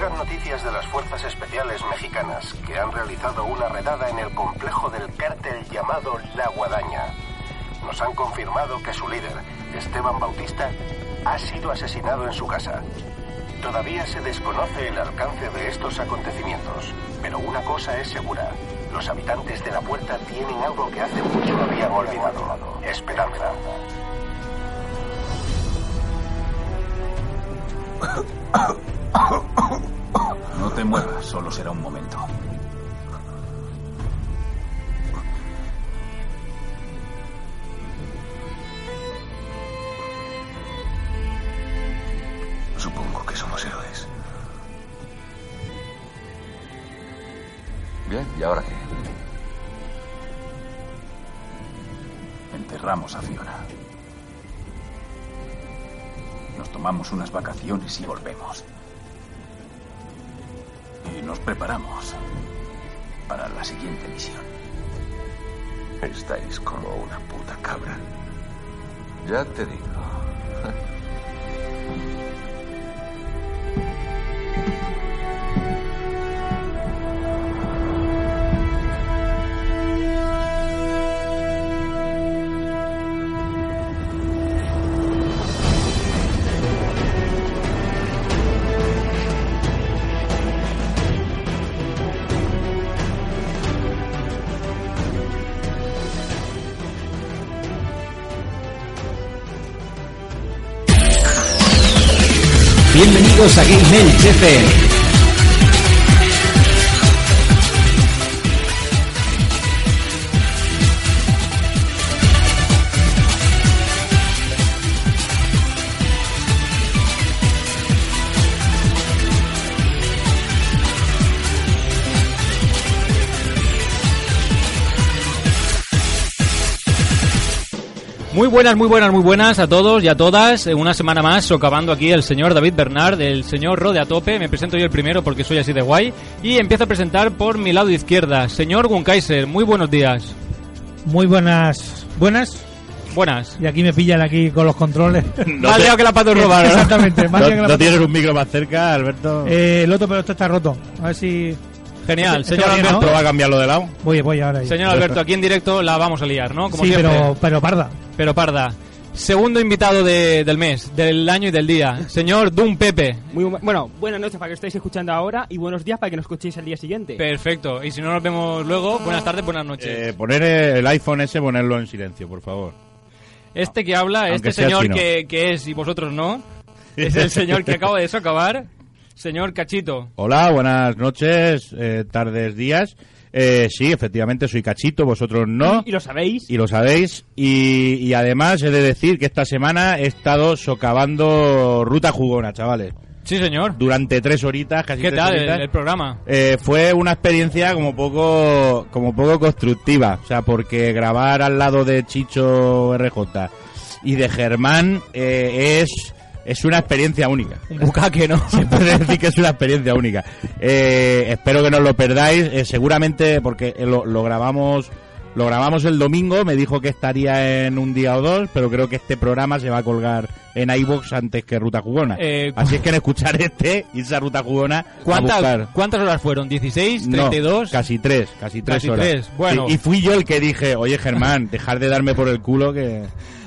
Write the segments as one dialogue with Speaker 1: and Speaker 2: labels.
Speaker 1: agentes de las Fuerzas Especiales Mexicanas que han realizado una redada en el complejo del cártel llamado La Guadaña. Nos han confirmado que su líder, Esteban Bautista, ha sido asesinado en su casa. Todavía se desconoce el alcance de estos acontecimientos, pero una cosa es segura. Los habitantes de la puerta tienen algo que hace mucho habían olvidado. Esperanza.
Speaker 2: No te muevas, solo será un momento. Supongo que somos héroes.
Speaker 3: Bien, ¿y ahora qué?
Speaker 2: Enterramos a Fiona. Nos tomamos unas vacaciones y volvemos. Y nos preparamos para la siguiente misión.
Speaker 3: Estáis como una puta cabra. Ya te digo.
Speaker 4: Bienvenidos a Game Elch FM.
Speaker 5: Muy buenas, muy buenas, muy buenas a todos y a todas. Eh, Una semana más socavando aquí el señor David Bernard, el señor Rode a tope. Me presento yo el primero porque soy así de guay. Y empiezo a presentar por mi lado izquierda, señor Gunkaiser. Muy buenos días.
Speaker 6: Muy buenas. Buenas.
Speaker 5: Buenas.
Speaker 6: Y aquí me pillan aquí con los controles.
Speaker 7: No,
Speaker 5: más
Speaker 7: te-
Speaker 5: liado que la pato robar. ¿eh?
Speaker 6: Exactamente. Más
Speaker 7: no-
Speaker 6: bien que la-
Speaker 7: no tienes un micro más cerca, Alberto.
Speaker 6: Eh, el otro, pero esto está roto. A ver si.
Speaker 5: Genial,
Speaker 6: Este-
Speaker 5: señor
Speaker 6: este va bien,
Speaker 5: Alberto.
Speaker 6: ¿no?
Speaker 7: Prueba a cambiarlo de lado.
Speaker 6: Voy, voy ahora. ya.
Speaker 5: Señor Alberto, aquí en directo la vamos a liar, ¿no? Como
Speaker 6: sí,
Speaker 5: siempre.
Speaker 6: pero, pero parda.
Speaker 5: Pero parda. Segundo invitado de- del mes, del año y del día, señor Dum Pepe.
Speaker 8: Muy bu- bueno, buenas noches para que lo estéis escuchando ahora y buenos días para que nos escuchéis al día siguiente.
Speaker 5: Perfecto. Y si no nos vemos luego, buenas tardes, buenas noches.
Speaker 7: Eh, poner el iPhone ese, ponerlo en silencio, por favor.
Speaker 5: Este que habla,
Speaker 7: Aunque
Speaker 5: este
Speaker 7: sea
Speaker 5: señor
Speaker 7: chino.
Speaker 5: que, que es y vosotros no, es el señor que acabo de socavar, señor Cachito.
Speaker 7: Hola, buenas noches, eh, tardes, días. Eh, sí, efectivamente, soy cachito, vosotros no.
Speaker 8: Y lo sabéis.
Speaker 7: Y lo sabéis. Y, y además he de decir que esta semana he estado socavando ruta jugona, chavales.
Speaker 5: Sí, señor.
Speaker 7: Durante tres horitas, casi
Speaker 5: ¿Qué
Speaker 7: tres
Speaker 5: tal el,
Speaker 7: horitas.
Speaker 5: el programa?
Speaker 7: Eh, fue una experiencia como poco como poco constructiva, o sea, porque grabar al lado de Chicho RJ y de Germán eh, es es una experiencia única.
Speaker 5: Un bucaque, ¿no?
Speaker 7: Se puede decir que es una experiencia única. Eh, espero que no os lo perdáis, eh, seguramente porque eh, lo, lo grabamos lo grabamos el domingo, me dijo que estaría en un día o dos, pero creo que este programa se va a colgar en iBox antes que Ruta Jugona.
Speaker 5: Eh, cu-
Speaker 7: Así es que en escuchar este, irse a Ruta Jugona a buscar.
Speaker 5: ¿Cuántas, ¿Cuántas horas fueron? ¿16?
Speaker 7: No,
Speaker 5: ¿32?
Speaker 7: casi tres, casi tres
Speaker 5: Casi
Speaker 7: horas.
Speaker 5: tres, bueno.
Speaker 7: Sí, y fui yo el que dije, oye Germán, dejar de darme por el culo que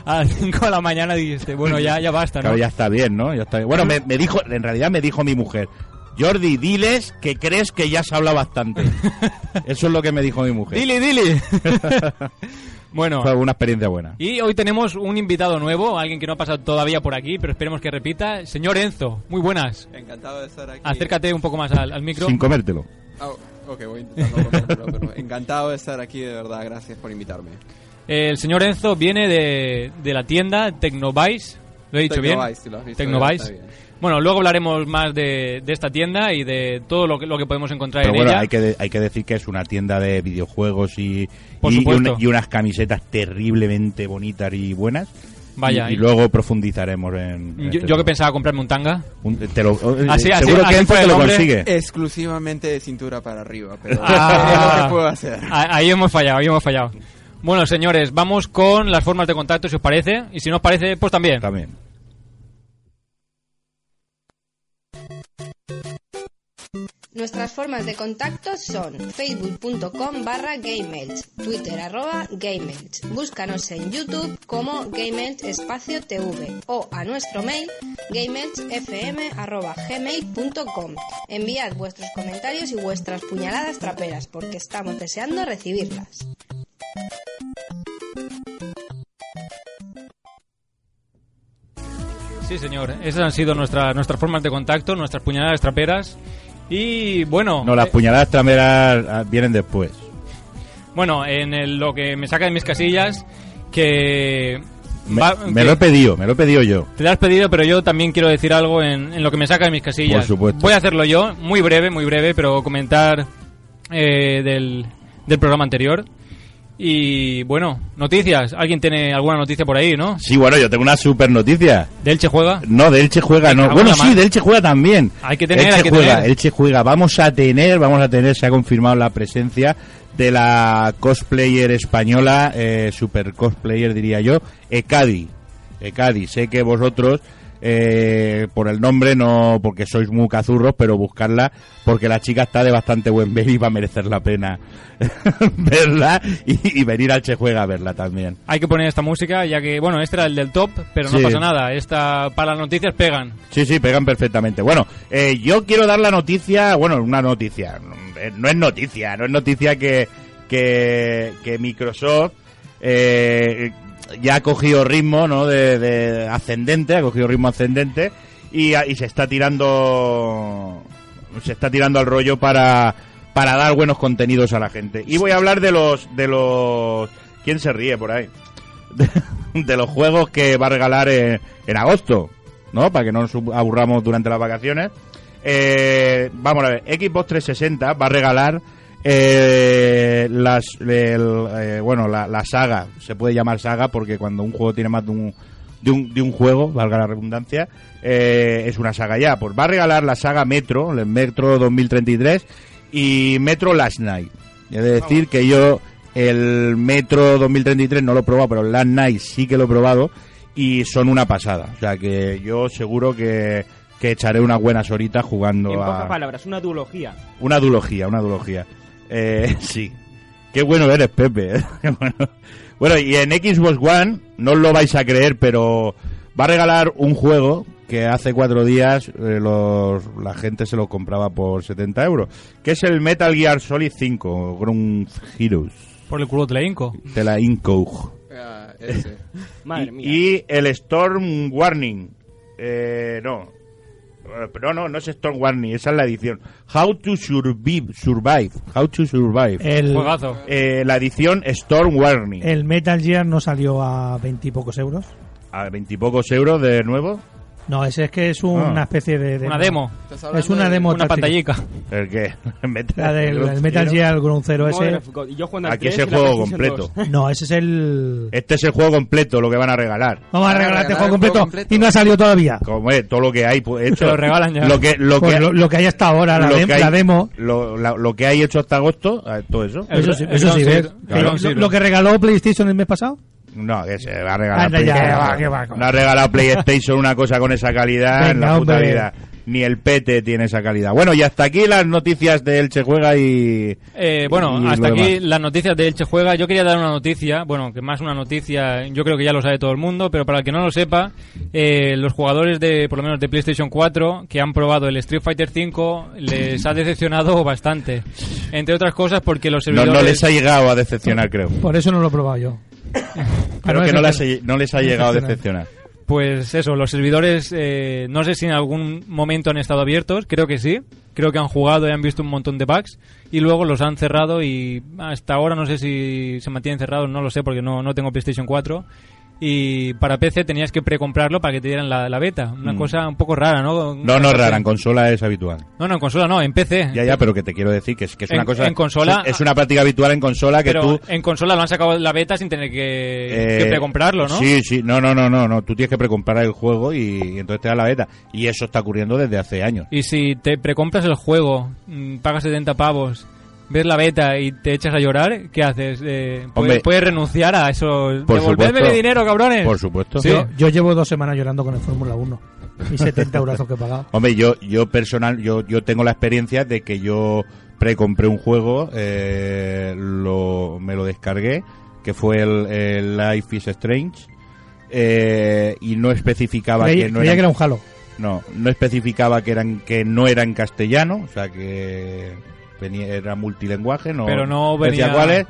Speaker 5: a las 5 de la mañana dijiste, bueno, ya, ya basta, ¿no?
Speaker 7: claro, ya está bien, ¿no? Ya está bien. Bueno, me, me dijo, en realidad me dijo mi mujer, Jordi, diles que crees que ya se habla bastante. Eso es lo que me dijo mi mujer.
Speaker 5: Dile, dile. bueno,
Speaker 7: Fue una experiencia buena.
Speaker 5: y hoy tenemos un invitado nuevo, alguien que no ha pasado todavía por aquí, pero esperemos que repita. Señor Enzo, muy buenas.
Speaker 9: Encantado de estar aquí.
Speaker 5: Acércate un poco más al, al micro.
Speaker 7: Sin comértelo.
Speaker 9: Ah, ok, voy a intentarlo comérmelo, pero encantado de estar aquí, de verdad. Gracias por invitarme.
Speaker 5: El señor Enzo viene de, de la tienda Tecnovice. ¿Lo he dicho bien?
Speaker 9: Tecnovice, si lo has visto,
Speaker 5: Tecnovice.
Speaker 9: está bien.
Speaker 5: Bueno, luego hablaremos más de, de esta tienda y de todo lo que, lo que podemos encontrar
Speaker 7: Pero
Speaker 5: en
Speaker 7: bueno,
Speaker 5: ella.
Speaker 7: hay que, de- hay que decir que es una tienda de videojuegos y,
Speaker 5: Por
Speaker 7: y, y
Speaker 5: supuesto.
Speaker 7: una- y unas camisetas terriblemente bonitas y buenas.
Speaker 5: Vaya,
Speaker 7: Y, y
Speaker 5: y-
Speaker 7: luego profundizaremos en. en
Speaker 5: yo,
Speaker 7: este
Speaker 5: yo que
Speaker 7: tema.
Speaker 5: pensaba comprarme un tanga.
Speaker 7: Un- te lo- eh,
Speaker 5: Así- así-
Speaker 7: seguro
Speaker 5: así
Speaker 7: que Enzo
Speaker 5: fue
Speaker 7: te
Speaker 5: ah, el
Speaker 7: lo
Speaker 5: hombre.
Speaker 7: consigue.
Speaker 9: Exclusivamente de cintura para arriba, pero
Speaker 5: Ah.
Speaker 9: es lo que puedo hacer.
Speaker 5: A- Ahí hemos fallado, ahí hemos fallado. Bueno, señores, vamos con las formas de contacto, si os parece. Y si no os parece, pues también.
Speaker 7: También.
Speaker 10: Nuestras formas de contacto son facebook.com barra GameEdge, twitter arroba GameEdge. Búscanos en YouTube como GameEdge Espacio TV o a nuestro mail gameedgefm arroba gmail.com. Enviad vuestros comentarios y vuestras puñaladas traperas porque estamos deseando recibirlas.
Speaker 5: Sí, señor. Esas han sido nuestras nuestras formas de contacto, nuestras puñaladas traperas. Y bueno.
Speaker 7: No, las
Speaker 5: eh,
Speaker 7: puñaladas trameras ah, vienen después.
Speaker 5: Bueno, en el- lo que me saca de mis casillas, que.
Speaker 7: Me,
Speaker 5: va-
Speaker 7: me
Speaker 5: que-
Speaker 7: lo he pedido, me lo he pedido yo.
Speaker 5: Te lo has pedido, pero yo también quiero decir algo en, en lo que me saca de mis casillas.
Speaker 7: Por supuesto.
Speaker 5: Voy a hacerlo yo, muy breve, muy breve, pero comentar eh, del, del programa anterior. Y bueno, noticias. ¿Alguien tiene alguna noticia por ahí, no?
Speaker 7: Sí, bueno, yo tengo una super noticia.
Speaker 5: ¿De Elche juega?
Speaker 7: No, de Elche juega,
Speaker 5: Me
Speaker 7: no.
Speaker 5: cago en
Speaker 7: Bueno,
Speaker 5: la
Speaker 7: sí,
Speaker 5: mar.
Speaker 7: de Elche juega también.
Speaker 5: Hay que tener,
Speaker 7: Elche
Speaker 5: hay que
Speaker 7: juega,
Speaker 5: tener.
Speaker 7: Elche juega. Vamos a tener, vamos a tener, se ha confirmado la presencia de la cosplayer española, eh, super cosplayer diría yo, Ecadi. Ecadi, sé que vosotros, eh, por el nombre, no porque sois muy cazurros, pero buscarla porque la chica está de bastante buen ver y va a merecer la pena verla y, y venir al Che Juega a verla también.
Speaker 5: Hay que poner esta música, ya que, bueno, este era el del top, pero no
Speaker 7: Sí.
Speaker 5: pasa nada. Esta, para las noticias pegan.
Speaker 7: Sí, sí, pegan perfectamente. Bueno, eh, yo quiero dar la noticia, bueno, una noticia, eh, no es noticia, no es noticia que, que, que Microsoft eh, ya ha cogido ritmo, ¿no? De, de ascendente, ha cogido ritmo ascendente y, a- y se está tirando, se está tirando al rollo para, para dar buenos contenidos a la gente. Y voy a hablar de los, de los, ¿quién se ríe por ahí? de, de los juegos que va a regalar eh, en agosto, ¿no? Para que no nos aburramos durante las vacaciones. Eh, vamos a ver, Xbox 360 va a regalar eh, las, el, eh, bueno, la, la saga, se puede llamar saga porque cuando un juego tiene más de un, de un, de un juego, valga la redundancia, eh, es una saga ya. Pues va a regalar la saga Metro, el Metro 2033 y Metro Last Night. Es de decir que yo el Metro 2033 no lo he probado, pero el Last Night sí que lo he probado y son una pasada. O sea que yo seguro que, que echaré unas buenas horitas jugando
Speaker 8: En pocas
Speaker 7: a...
Speaker 8: palabras, una duología.
Speaker 7: Una duología, una duología. Eh, sí. Qué bueno eres, Pepe. ¿eh? Qué bueno. Bueno, y en Xbox One, no os lo vais a creer, pero va a regalar un juego que hace cuatro días eh, los- la gente se lo compraba por 70 euros, que es el Metal Gear Solid 5, Ground Heroes,
Speaker 5: Por el culo te la hinco.
Speaker 7: de la Inco.
Speaker 9: Ah, ese.
Speaker 8: Madre
Speaker 7: Y-
Speaker 8: mía.
Speaker 7: Y el Storm Warning. Eh, no. Eh, No, no, no es Storm Warning, esa es la edición. How to Survive. survive. How to Survive.
Speaker 6: El,
Speaker 5: Juegazo.
Speaker 7: Eh, la edición Storm Warning.
Speaker 6: el Metal Gear no salió a veintipocos euros.
Speaker 7: A veintipocos euros de nuevo.
Speaker 6: No, ese es que es una
Speaker 7: Ah.
Speaker 6: especie de, de-
Speaker 5: Una demo.
Speaker 9: Estás
Speaker 6: Es
Speaker 9: hablando
Speaker 6: una
Speaker 9: de-
Speaker 6: demo
Speaker 5: Una
Speaker 6: táctica.
Speaker 5: pantallica.
Speaker 7: El que. Metal-
Speaker 6: La del el Metal
Speaker 7: Hero.
Speaker 6: Gear Ground Zero
Speaker 8: Mother
Speaker 6: ese.
Speaker 8: of God. Y yo jugando al
Speaker 7: Aquí es
Speaker 8: 3
Speaker 7: el
Speaker 8: y la
Speaker 7: juego
Speaker 8: PlayStation
Speaker 7: completo.
Speaker 8: 2.
Speaker 6: No, ese es el.
Speaker 7: Este es el juego completo, lo que van a regalar.
Speaker 6: Vamos a
Speaker 9: Van a
Speaker 6: regalar este
Speaker 9: regalar
Speaker 6: juego
Speaker 9: el juego
Speaker 6: completo,
Speaker 9: completo.
Speaker 6: y no ha salido todavía.
Speaker 7: Como es, todo lo que hay. Pues, hecho,
Speaker 5: Te lo regalan ya.
Speaker 7: Lo que, lo
Speaker 6: Pues
Speaker 7: que,
Speaker 6: lo, lo que hay hasta ahora, la,
Speaker 7: lo
Speaker 6: dem-
Speaker 7: que hay-
Speaker 6: la demo.
Speaker 7: Lo, la- lo que hay hecho hasta agosto, eh, todo eso.
Speaker 5: El-
Speaker 6: Eso sí,
Speaker 5: el
Speaker 6: eso sí,
Speaker 5: Ground
Speaker 6: ¿ves?
Speaker 5: Zero.
Speaker 7: Claro.
Speaker 5: Ground
Speaker 6: Lo,
Speaker 5: Zero.
Speaker 6: lo que regaló PlayStation el mes pasado.
Speaker 7: No, que se va a regalar.
Speaker 6: Anda ya,
Speaker 7: PlayStation.
Speaker 6: que va, que va, que va.
Speaker 7: no ha regalado PlayStation una cosa con esa calidad en
Speaker 6: Venga,
Speaker 7: la puta
Speaker 6: hombre.
Speaker 7: vida. Ni el PT tiene esa calidad. Bueno, y hasta aquí las noticias de Elche Juega y.
Speaker 5: Eh, bueno,
Speaker 7: y lo
Speaker 5: hasta aquí
Speaker 7: demás.
Speaker 5: las noticias de Elche Juega. Yo quería dar una noticia, bueno, que más una noticia, yo creo que ya lo sabe todo el mundo, pero para el que no lo sepa, eh, los jugadores de, por lo menos de PlayStation 4, que han probado el Street Fighter 5, les ha decepcionado bastante. Entre otras cosas porque los
Speaker 7: No,
Speaker 5: servidores...
Speaker 7: no les ha llegado a decepcionar, creo.
Speaker 6: Por eso no lo he probado yo.
Speaker 7: Creo
Speaker 6: Ah,
Speaker 7: que
Speaker 6: no,
Speaker 7: no les,
Speaker 6: ese-
Speaker 7: ha- no les ha llegado a
Speaker 6: decepcionar.
Speaker 7: decepcionar.
Speaker 5: Pues eso, los servidores, eh, no sé si en algún momento han estado abiertos, creo que sí, creo que han jugado y han visto un montón de bugs y luego los han cerrado y hasta ahora no sé si se mantienen cerrados, no lo sé porque no, no tengo PlayStation 4 y para PC tenías que precomprarlo para que te dieran la, la beta, una
Speaker 7: Mm.
Speaker 5: cosa un poco rara, ¿no?
Speaker 7: No, no, rara, en consola es habitual.
Speaker 5: No, no, en consola no, en PC.
Speaker 7: Ya, ya, pero que te quiero decir que es, que es
Speaker 5: En-
Speaker 7: una cosa.
Speaker 5: en consola-
Speaker 7: Es una práctica habitual en consola que
Speaker 5: Pero
Speaker 7: tú.
Speaker 5: en consola lo han sacado la beta sin tener que,
Speaker 7: eh,
Speaker 5: que precomprarlo, ¿no?
Speaker 7: Sí, sí, no, no, no, no, no. Tú tienes que precomprar el juego y, y entonces te da la beta. Y eso está ocurriendo desde hace años.
Speaker 5: Y si te precompras el juego, mm, pagas 70 pavos, ves la beta y te echas a llorar, ¿qué haces? Eh, puedes,
Speaker 7: Hombre.
Speaker 5: puedes renunciar a eso.
Speaker 7: Por
Speaker 5: Devolvedme
Speaker 7: supuesto.
Speaker 5: mi dinero, cabrones.
Speaker 7: Por supuesto.
Speaker 5: Sí.
Speaker 6: Yo llevo dos semanas llorando con el Fórmula 1. Y 70 euros que he pagado.
Speaker 7: Hombre, yo, yo personal, yo, yo tengo la experiencia de que yo precompré un juego, eh, lo, me lo descargué, que fue el, el Life is Strange, eh, y no especificaba
Speaker 6: Creí-
Speaker 7: que no
Speaker 6: creía que era un
Speaker 7: jalo.
Speaker 6: Halo.
Speaker 7: No, no especificaba que eran que no era en castellano, o sea que venía- era multilenguaje, no,
Speaker 5: Pero no venía-
Speaker 7: decía cuáles.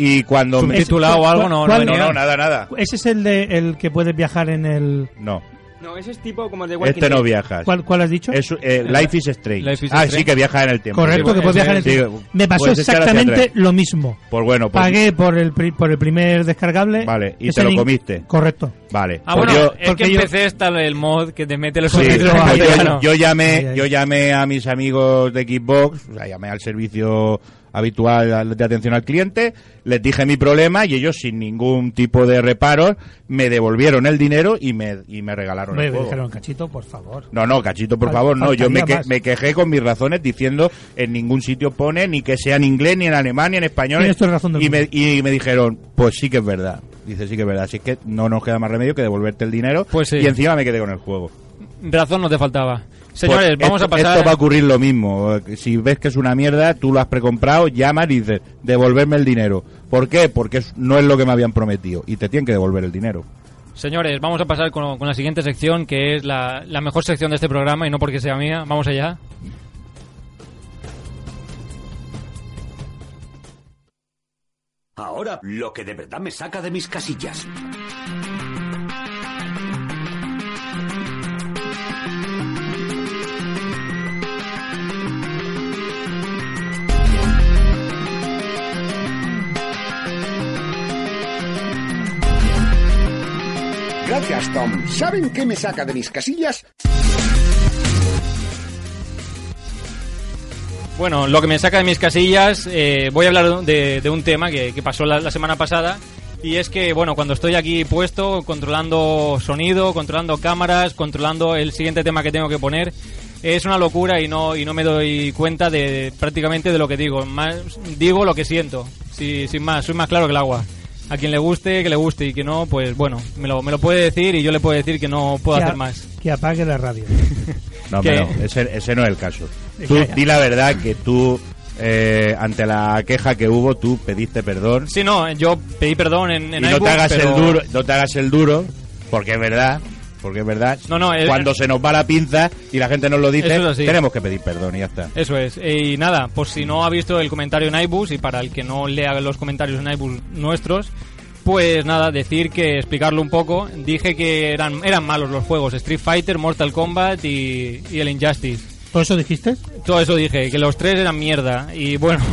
Speaker 7: Y cuando me-
Speaker 5: Subtitulado o algo, no, no
Speaker 6: ¿Cuál-
Speaker 7: no,
Speaker 5: venía.
Speaker 7: no, nada, nada.
Speaker 6: Ese es el de el que puedes viajar en el.
Speaker 7: No,
Speaker 8: No, ese es tipo como el de Walking
Speaker 7: este no
Speaker 8: Dead.
Speaker 7: viajas.
Speaker 6: ¿Cuál, cuál has dicho?
Speaker 7: Es, eh, Life is Strange.
Speaker 5: Life is
Speaker 7: ah,
Speaker 5: Strange.
Speaker 7: sí, que viaja en el tiempo.
Speaker 6: Correcto,
Speaker 7: Sí,
Speaker 6: que puedes viajar en el
Speaker 7: sí, pues
Speaker 6: tiempo. Me pasó
Speaker 7: puedes echar hacia
Speaker 6: exactamente
Speaker 7: atrás.
Speaker 6: lo mismo.
Speaker 7: Pues bueno, pues,
Speaker 6: Pagué por el, pri- por el primer descargable.
Speaker 7: Vale, y
Speaker 6: Es
Speaker 7: te lo
Speaker 6: el in-
Speaker 7: comiste.
Speaker 6: Correcto.
Speaker 7: Vale.
Speaker 5: Ah,
Speaker 7: Pues
Speaker 5: bueno,
Speaker 7: yo-
Speaker 5: es que
Speaker 6: porque
Speaker 5: en
Speaker 6: yo-
Speaker 5: PC está el mod que te mete los
Speaker 7: Sí,
Speaker 5: subtítulos en
Speaker 7: pues yo-
Speaker 5: castellano.
Speaker 7: yo,
Speaker 6: Ay,
Speaker 7: llamé,
Speaker 6: ay.
Speaker 7: yo llamé a mis amigos de Xbox, o sea, llamé al servicio habitual al- de atención al cliente, les dije mi problema y ellos sin ningún tipo de reparos me devolvieron el dinero y me, y me regalaron
Speaker 6: Me
Speaker 7: el juego.
Speaker 6: dijeron, cachito, por favor.
Speaker 7: No, no, cachito, por
Speaker 6: Fal-
Speaker 7: favor, no. Yo me,
Speaker 6: faltaría
Speaker 7: que-
Speaker 6: más.
Speaker 7: me quejé con mis razones diciendo en ningún sitio pone ni que sea en inglés, ni en alemán, ni en español.
Speaker 6: Tienes toda la razón del
Speaker 7: y, me,
Speaker 6: mundo.
Speaker 7: y me dijeron, pues sí que es verdad. Dice, sí que es verdad. Así que no nos queda más remedio que devolverte el dinero.
Speaker 5: Pues sí.
Speaker 7: Y encima me quedé con el juego.
Speaker 5: Razón no te faltaba. Señores,
Speaker 7: Pues
Speaker 5: vamos
Speaker 7: esto-
Speaker 5: a pasar.
Speaker 7: Esto va a ocurrir lo mismo. Si ves que es una mierda, tú lo has precomprado, llamas y dices, devolverme el dinero. ¿Por qué? Porque es- no es lo que me habían prometido. Y te tienen que devolver el dinero.
Speaker 5: Señores, vamos a pasar con, con la siguiente sección, que es la, la mejor sección de este programa y no porque sea mía. Vamos allá.
Speaker 4: Ahora, lo que de verdad me saca de mis casillas.
Speaker 1: Gracias, Tom. ¿Saben qué me saca de mis casillas?
Speaker 5: Bueno, lo que me saca de mis casillas, eh, voy a hablar de, de un tema que, que pasó la, la semana pasada. Y es que, bueno, cuando estoy aquí puesto, controlando sonido, controlando cámaras, controlando el siguiente tema que tengo que poner, es una locura y no, y no me doy cuenta de prácticamente de lo que digo. Más, digo lo que siento, si- sin más, soy más claro que el agua. A quien le guste, que le guste y que no, pues bueno, me lo, me lo puede decir y yo le puedo decir que no puedo
Speaker 6: que, a-
Speaker 5: hacer más.
Speaker 6: que apague la radio.
Speaker 7: No,
Speaker 5: ¿Qué?
Speaker 7: hombre, no, ese, ese no es el caso.
Speaker 6: Venga,
Speaker 7: Tú,
Speaker 6: ya.
Speaker 7: di la verdad que tú, eh, ante la queja que hubo, tú pediste perdón.
Speaker 5: Sí, no, yo pedí perdón en, en
Speaker 7: y no te,
Speaker 5: iBooks,
Speaker 7: hagas
Speaker 5: pero-
Speaker 7: el duro, no te hagas el duro, porque es verdad. Porque es verdad.
Speaker 5: No, no, es-
Speaker 7: Cuando se nos va la pinza y la gente nos lo dice,
Speaker 5: Eso es así.
Speaker 7: tenemos que pedir perdón y ya está.
Speaker 5: Eso es. Eh, Y nada, por si no ha visto el comentario en iBus y para el que no lea los comentarios en iBus nuestros, pues nada, decir que explicarlo un poco. Dije que eran, eran malos los juegos, Street Fighter, Mortal Kombat y, y el Injustice.
Speaker 6: ¿Todo eso dijiste?
Speaker 5: Todo eso dije, que los tres eran mierda. Y bueno,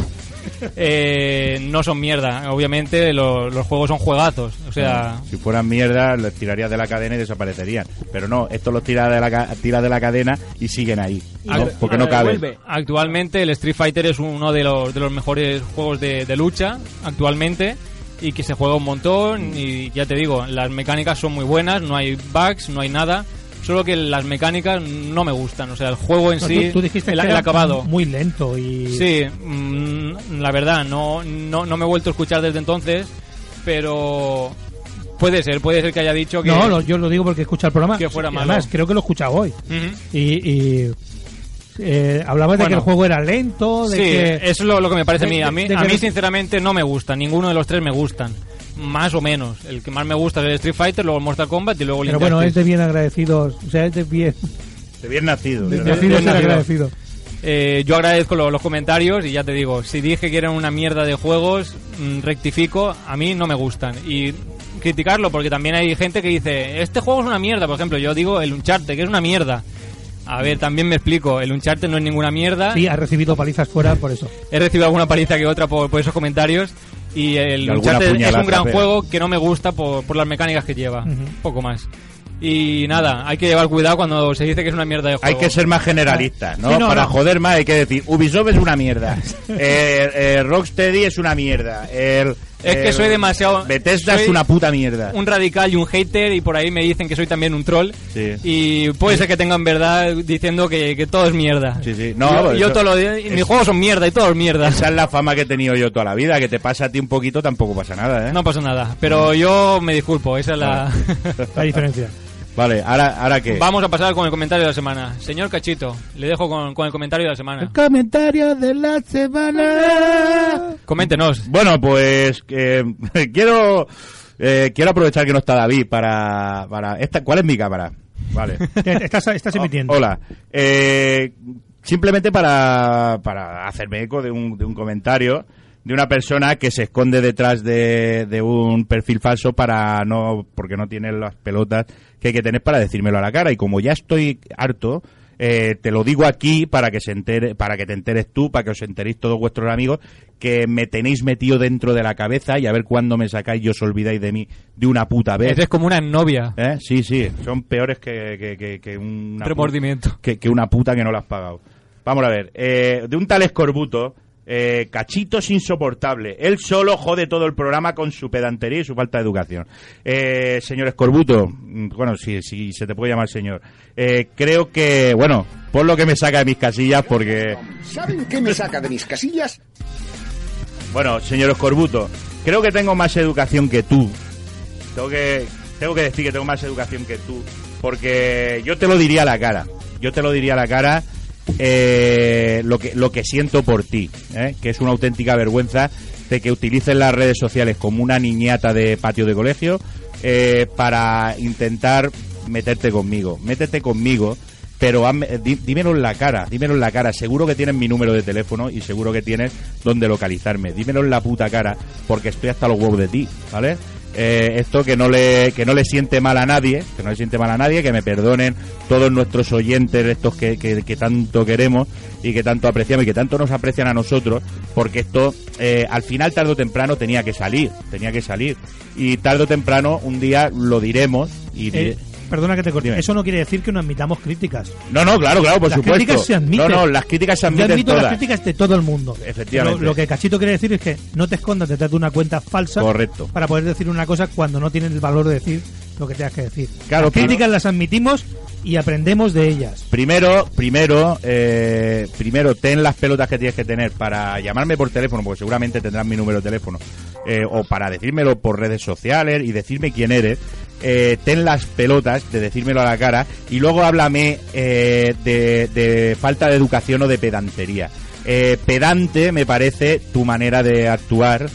Speaker 5: eh, no son mierda. Obviamente lo- los juegos son juegazos. O sea,
Speaker 7: Si fueran mierda, los tirarías de la cadena y desaparecerían. Pero no, esto los tiras de la, ca- tiras de la cadena y siguen ahí.
Speaker 8: Y
Speaker 7: ¿no?
Speaker 5: Ah,
Speaker 8: lo-
Speaker 7: Porque
Speaker 8: y lo
Speaker 7: no caben.
Speaker 8: devuelve.
Speaker 5: Actualmente el Street Fighter es uno de los, de los mejores juegos de, de lucha actualmente y que se juega un montón y ya te digo, las mecánicas son muy buenas, no hay bugs, no hay nada, solo que las mecánicas no me gustan, o sea, el juego en
Speaker 6: No,
Speaker 5: sí,
Speaker 6: tú, tú dijiste
Speaker 5: el,
Speaker 6: que
Speaker 5: el
Speaker 6: era
Speaker 5: acabado.
Speaker 6: muy lento y...
Speaker 5: Sí, mm, la verdad, no, no, no me he vuelto a escuchar desde entonces, pero puede ser, puede ser que haya dicho que...
Speaker 6: No, lo- yo lo digo porque escucha el programa.
Speaker 5: Que fuera
Speaker 6: Y Además,
Speaker 5: malo.
Speaker 6: creo que lo he escuchado hoy.
Speaker 5: Ujú.
Speaker 6: Y... y, eh, hablabas de que
Speaker 5: Bueno.
Speaker 6: el juego era lento, de
Speaker 5: sí,
Speaker 6: que...
Speaker 5: eso es lo, lo que me parece
Speaker 6: de-
Speaker 5: a
Speaker 6: de-
Speaker 5: mí. A mí,
Speaker 6: de
Speaker 5: a
Speaker 6: que
Speaker 5: mí
Speaker 6: no-
Speaker 5: sinceramente, no me gusta. Ninguno de los tres me gustan. Más o menos. El que más me gusta es el Street Fighter, luego el Mortal Kombat y luego el
Speaker 6: Pero bueno, es
Speaker 5: Injustice.
Speaker 6: de bien agradecidos. O sea, es de bien...
Speaker 7: De bien nacido.
Speaker 6: De,
Speaker 7: de
Speaker 6: de
Speaker 7: verdad.
Speaker 6: ser
Speaker 5: nacido.
Speaker 6: agradecido.
Speaker 5: Eh, yo agradezco lo- los comentarios y ya te digo, si dije que eran una mierda de juegos, mm, rectifico, a mí no me gustan. Y criticarlo, porque también hay gente que dice, este juego es una mierda, por ejemplo, yo digo el Uncharted, que es una mierda. A ver, también me explico, el Uncharted no es ninguna mierda.
Speaker 6: Sí, ha recibido palizas fuera por eso.
Speaker 5: he recibido alguna paliza que otra por, por esos comentarios y el
Speaker 7: Y alguna
Speaker 5: Uncharted es
Speaker 7: puñalada,
Speaker 5: un gran
Speaker 7: pero-
Speaker 5: juego que no me gusta por, por las mecánicas que lleva,
Speaker 6: Ujú.
Speaker 5: poco más. Y nada, hay que llevar cuidado cuando se dice que es una mierda de juego.
Speaker 7: Hay que ser más generalistas, ¿no?
Speaker 6: Sí, no,
Speaker 7: Para
Speaker 6: no.
Speaker 7: joder más hay que decir, Ubisoft es una mierda, eh, eh, Rocksteady es una mierda, el-
Speaker 5: Es que
Speaker 7: el
Speaker 5: soy demasiado-
Speaker 7: Bethesda
Speaker 5: soy
Speaker 7: es una puta mierda.
Speaker 5: Un radical y un hater y por ahí me dicen que soy también un troll.
Speaker 7: Sí.
Speaker 5: Y puede ser que tengan verdad diciendo que, que todo es mierda.
Speaker 7: Sí, sí. No,
Speaker 5: yo,
Speaker 7: pues
Speaker 5: yo
Speaker 7: eso-
Speaker 5: todo lo de- y mis
Speaker 7: eso-
Speaker 5: juegos son mierda y todo es mierda.
Speaker 7: Esa es la fama que he tenido yo toda la vida, que te pasa a ti un poquito tampoco pasa nada, ¿eh? Ah.
Speaker 5: No pasa nada, pero yo me disculpo, esa es la...
Speaker 6: La diferencia.
Speaker 7: Vale, ahora, ahahora qué.
Speaker 5: Vamos a pasar con el comentario de la semana. Señor Cachito, le dejo con, con el comentario de la semana.
Speaker 7: Comentario de la semana.
Speaker 5: Coméntenos.
Speaker 7: Bueno, pues eh, quiero eh, quiero aprovechar que no está David para, para esta. ¿Cuál es mi cámara? Vale.
Speaker 6: Eh, Estás,
Speaker 5: Oh,
Speaker 6: estás emitiendo.
Speaker 7: Oh, Hola. Eh, simplemente para, para hacerme eco de un, de un comentario de una persona que se esconde detrás de, de un perfil falso para no porque no tiene las pelotas que hay que tener para decírmelo a la cara y como ya estoy harto eh, te lo digo aquí para que se entere, para que te enteres tú, para que os enteréis todos vuestros amigos que me tenéis metido dentro de la cabeza y a ver cuándo me sacáis y os olvidáis de mí de una puta vez.
Speaker 5: Eres como una novia.
Speaker 7: ¿Eh? Sí, sí, son peores que, que, que, que una
Speaker 5: Remordimiento.
Speaker 7: Que, que una puta que no la has pagado. Vamos a ver, eh, de un tal escorbuto. Eh, cachitos insoportable. Él solo jode todo el programa con su pedantería y su falta de educación. Eh, señor Escorbuto, mm, bueno, si, si se te puede llamar señor, eh, creo que, bueno, por lo que me saca de mis casillas, porque,
Speaker 11: ¿Saben qué me saca de mis casillas?
Speaker 7: bueno, señor Escorbuto, creo que tengo más educación que tú. Tengo que, tengo que decir que tengo más educación que tú, porque yo te lo diría a la cara. Yo te lo diría a la cara eh, lo, que, lo que siento por ti, ¿eh? que es una auténtica vergüenza de que utilices las redes sociales como una niñata de patio de colegio eh, para intentar meterte conmigo. Métete conmigo, pero hazme- eh, di- dímelo en la cara, dímelo en la cara. Seguro que tienes mi número de teléfono y seguro que tienes dónde localizarme. Dímelo en la puta cara, porque estoy hasta los huevos de ti, ¿vale? Eh, esto que no le que no le siente mal a nadie, que no le siente mal a nadie, que me perdonen todos nuestros oyentes, estos que, que- que tanto queremos y que tanto apreciamos y que tanto nos aprecian a nosotros, porque esto eh, al final tarde o temprano tenía que salir, tenía que salir y tarde o temprano un día lo diremos y
Speaker 6: Eh,
Speaker 7: dire-
Speaker 6: perdona que te corte.
Speaker 7: Dime.
Speaker 6: Eso no quiere decir que no admitamos críticas.
Speaker 7: no, no, claro, claro, por
Speaker 6: las
Speaker 7: supuesto.
Speaker 6: críticas se admiten.
Speaker 7: No, no, las críticas se
Speaker 6: Yo
Speaker 7: admiten
Speaker 6: admito
Speaker 7: todas.
Speaker 6: las críticas de todo el mundo.
Speaker 7: Efectivamente.
Speaker 6: Lo, lo que Cachito quiere decir es que no te escondas detrás de una cuenta falsa
Speaker 7: Correcto.
Speaker 6: para poder decir una cosa cuando no tienes el valor de decir lo que tengas que decir.
Speaker 7: Claro,
Speaker 6: las
Speaker 7: claro.
Speaker 6: críticas las admitimos y aprendemos de ellas.
Speaker 7: Primero, primero, eh, primero, ten las pelotas que tienes que tener para llamarme por teléfono, porque seguramente tendrás mi número de teléfono, eh, o para decírmelo por redes sociales y decirme quién eres. eh, ten las pelotas de decírmelo a la cara y luego háblame eh, de, de falta de educación o de pedantería. Eh, pedante me parece tu manera de actuar,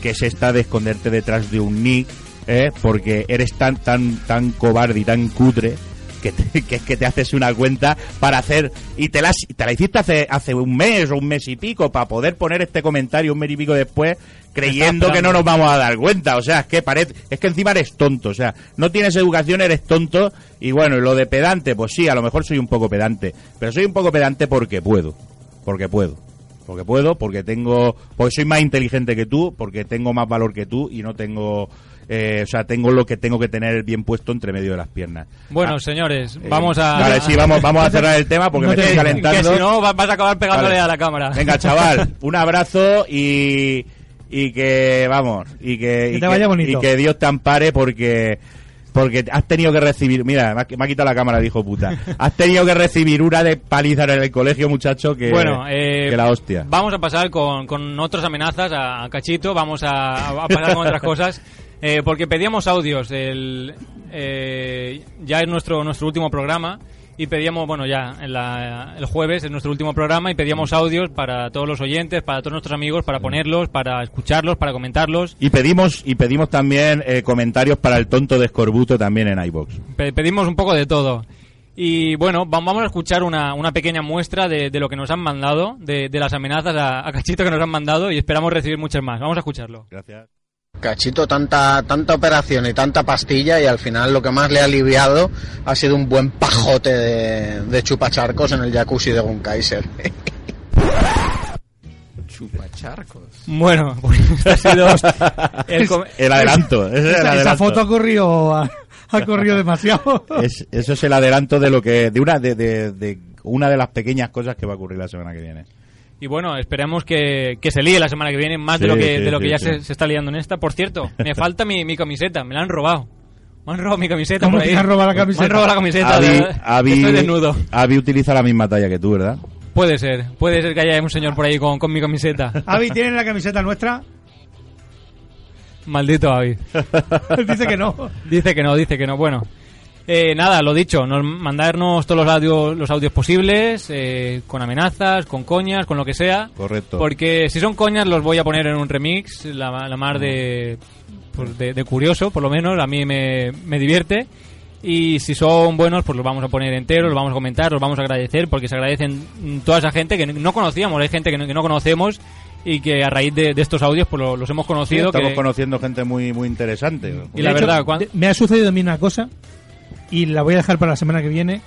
Speaker 7: que es esta de esconderte detrás de un nick, ¿eh? porque eres tan, tan, tan cobarde y tan cutre que, te- que es que te haces una cuenta para hacer y te la, has- te la hiciste hace, hace un mes o un mes y pico para poder poner este comentario un mes y pico después creyendo que no nos vamos a dar cuenta o sea es que parece es que encima eres tonto o sea no tienes educación eres tonto y bueno y lo de pedante pues sí a lo mejor soy un poco pedante pero soy un poco pedante porque puedo porque puedo porque puedo, porque tengo, porque soy más inteligente que tú, porque tengo más valor que tú y no tengo, eh, o sea, tengo lo que tengo que tener bien puesto entre medio de las piernas.
Speaker 5: Bueno,
Speaker 7: Ah,
Speaker 5: señores,
Speaker 7: eh,
Speaker 5: vamos a.
Speaker 7: Vale, sí, vamos, vamos a cerrar el tema porque
Speaker 6: No
Speaker 7: me
Speaker 6: te
Speaker 7: estoy
Speaker 6: digo.
Speaker 5: Que
Speaker 7: calentando.
Speaker 5: si no, va- vas a acabar pegándole
Speaker 7: Vale.
Speaker 5: a la cámara.
Speaker 7: Venga, chaval, un abrazo y y que vamos y que,
Speaker 6: Que
Speaker 7: y
Speaker 6: te vaya bonito.
Speaker 7: y que Dios te ampare porque porque has tenido que recibir, mira, me ha, me ha quitado la cámara, dijo puta. Has tenido que recibir una de paliza en el colegio, muchacho, que,
Speaker 5: Bueno, eh,
Speaker 7: que la hostia.
Speaker 5: Vamos a pasar con, con otras amenazas a, a Cachito, vamos a, a pasar con otras cosas, eh, porque pedíamos audios, el, eh, ya es nuestro, nuestro último programa y pedíamos, bueno, ya en la- el jueves es nuestro último programa y pedíamos audios para todos los oyentes, para todos nuestros amigos,
Speaker 7: Mm.
Speaker 5: para ponerlos, para escucharlos, para comentarlos.
Speaker 7: Y pedimos, y pedimos también eh, comentarios para el tonto de Escorbuto también en iBox.
Speaker 5: Pe- pedimos un poco de todo. Y bueno, va- vamos a escuchar una, una pequeña muestra de, de lo que nos han mandado, de, de las amenazas a, a Cachito que nos han mandado y esperamos recibir muchas más. Vamos a escucharlo.
Speaker 7: Gracias.
Speaker 12: Cachito, tanta, tanta operación y tanta pastilla y al final lo que más le ha aliviado ha sido un buen pajote de, de chupacharcos en el jacuzzi de Gunkaiser.
Speaker 9: Chupacharcos.
Speaker 5: Bueno, pues este ha sido el com-
Speaker 7: El adelanto. ese es el
Speaker 6: Esa, esa
Speaker 7: adelanto.
Speaker 6: foto ha corrido, ha, ha corrido demasiado.
Speaker 7: Es- eso es el adelanto de lo que, de una de, de- de una de las pequeñas cosas que va a ocurrir la semana que viene.
Speaker 5: Y bueno, esperemos que, que se líe la semana que viene más de
Speaker 7: Sí,
Speaker 5: lo que,
Speaker 7: sí,
Speaker 5: de lo que
Speaker 7: sí,
Speaker 5: ya
Speaker 7: sí.
Speaker 5: se, se está liando en esta. Por cierto, me falta mi, mi camiseta, me la han robado. Me han robado mi camiseta
Speaker 6: ¿Cómo
Speaker 5: por ahí.
Speaker 6: que te han robado la
Speaker 5: Me
Speaker 6: camiseta?
Speaker 5: han robado la camiseta.
Speaker 7: Avi-
Speaker 5: de-
Speaker 7: Avi-
Speaker 5: Estoy desnudo.
Speaker 7: Avi utiliza la misma talla que tú, ¿verdad?
Speaker 5: Puede ser, puede ser que haya un señor por ahí con, con mi camiseta.
Speaker 6: Avi, ¿tienen la camiseta nuestra?
Speaker 5: Maldito Avi.
Speaker 6: Dice que no.
Speaker 5: Dice que no, dice que no. Bueno, Eh, nada, lo dicho, nos mandarnos todos los audios, los audios posibles, eh, con amenazas, con coñas, con lo que sea.
Speaker 7: Correcto.
Speaker 5: Porque si son coñas los voy a poner en un remix, la, la mar de, pues, de, de curioso, por lo menos, a mí me, me divierte. Y si son buenos, pues los vamos a poner enteros, los vamos a comentar, los vamos a agradecer, porque se agradecen toda esa gente que no conocíamos, hay gente que no, que no conocemos y que a raíz de, de estos audios pues lo- los hemos conocido.
Speaker 7: estamos
Speaker 5: que-
Speaker 7: conociendo gente muy muy interesante.
Speaker 5: Y la
Speaker 6: De hecho,
Speaker 5: verdad, cuan-
Speaker 6: Me ha sucedido a mí una cosa y la voy a dejar para la semana que viene,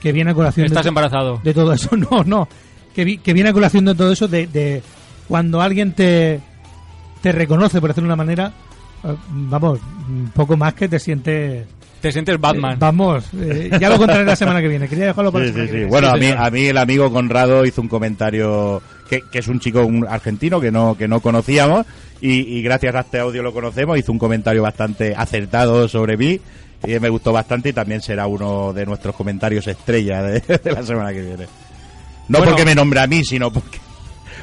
Speaker 6: que viene a colación.
Speaker 5: Estás
Speaker 6: de,
Speaker 5: embarazado.
Speaker 6: De todo eso, no, no. Que, vi- que viene a colación de todo eso, de, de cuando alguien te, te reconoce, por decirlo de una manera, eh, vamos, un poco más que te sientes...
Speaker 5: te sientes Batman.
Speaker 6: Eh, vamos, eh, ya lo contaré la semana que viene. Quería dejarlo para
Speaker 7: Sí,
Speaker 6: la semana
Speaker 7: sí,
Speaker 6: que
Speaker 7: sí.
Speaker 6: viene.
Speaker 7: Bueno,
Speaker 6: Sí,
Speaker 7: a, mí,
Speaker 6: señor.
Speaker 7: a mí el amigo Conrado hizo un comentario que, que es un chico un argentino que no, que no conocíamos y, y gracias a este audio lo conocemos. Hizo un comentario bastante acertado sobre mí y me gustó bastante y también será uno de nuestros comentarios estrella de, de la semana que viene. No
Speaker 5: Bueno.
Speaker 7: porque me nombre a mí, sino porque,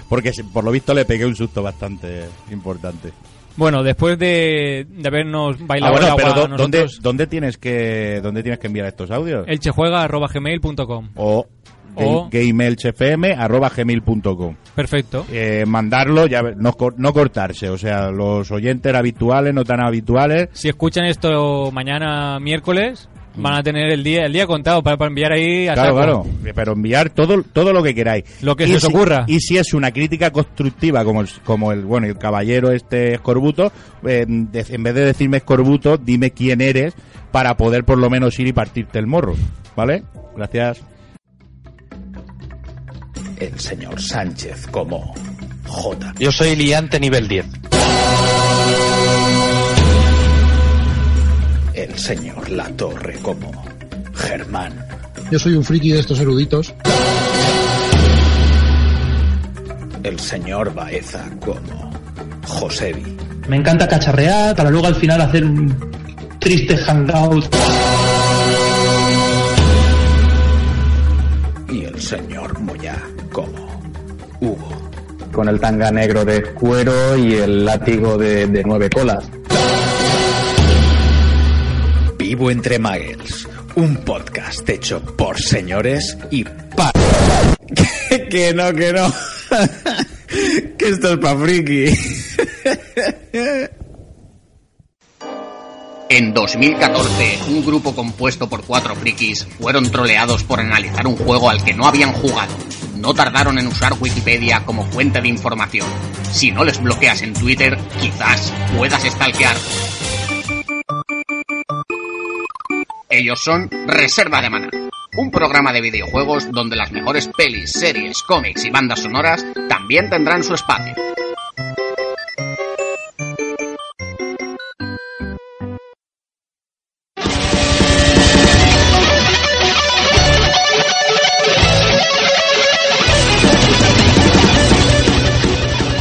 Speaker 7: porque se- por lo visto le pegué un susto bastante importante.
Speaker 5: Bueno, después de, de habernos
Speaker 7: Ah,
Speaker 5: bailado
Speaker 7: bueno,
Speaker 5: el agua
Speaker 7: pero
Speaker 5: a
Speaker 7: do-
Speaker 5: nosotros,
Speaker 7: ¿dónde, ¿dónde, tienes que, ¿dónde tienes que enviar estos audios?
Speaker 5: elchejuega.gmail.com.
Speaker 7: o,
Speaker 5: O-
Speaker 7: gmail.com
Speaker 5: Perfecto.
Speaker 7: eh, mandarlo, ya, ve- no, cor- no cortarse, o sea, los oyentes habituales, no tan habituales.
Speaker 5: Si escuchan esto mañana miércoles, van a tener el día el día contado para, para enviar ahí a
Speaker 7: Claro,
Speaker 5: saco.
Speaker 7: claro, pero enviar todo, todo lo que queráis.
Speaker 5: Lo que
Speaker 7: Y
Speaker 5: se os
Speaker 7: si-
Speaker 5: ocurra.
Speaker 7: Y si es una crítica constructiva, como el, como el bueno el caballero este escorbuto, eh, de- en vez de decirme escorbuto, dime quién eres para poder por lo menos ir y partirte el morro, ¿vale? Gracias.
Speaker 2: El señor Sánchez como J.
Speaker 13: Yo soy liante nivel 10.
Speaker 2: El señor La Torre como Germán.
Speaker 14: Yo soy un friki de estos eruditos.
Speaker 2: El señor Baeza como Josebi.
Speaker 15: Me encanta cacharrear para luego al final hacer un triste hangout.
Speaker 2: Y el señor Moya como
Speaker 16: con el tanga negro de cuero y el látigo de, de nueve colas.
Speaker 2: Vivo entre Muggles, un podcast hecho por señores y pa... que no, que no. que esto es pa' friki.
Speaker 17: En 2014, un grupo compuesto por cuatro frikis fueron troleados por analizar un juego al que no habían jugado. No tardaron en usar Wikipedia como fuente de información. Si no les bloqueas en Twitter, quizás puedas stalkear. Ellos son Reserva de Maná, un programa de videojuegos donde las mejores pelis, series, cómics y bandas sonoras también tendrán su espacio.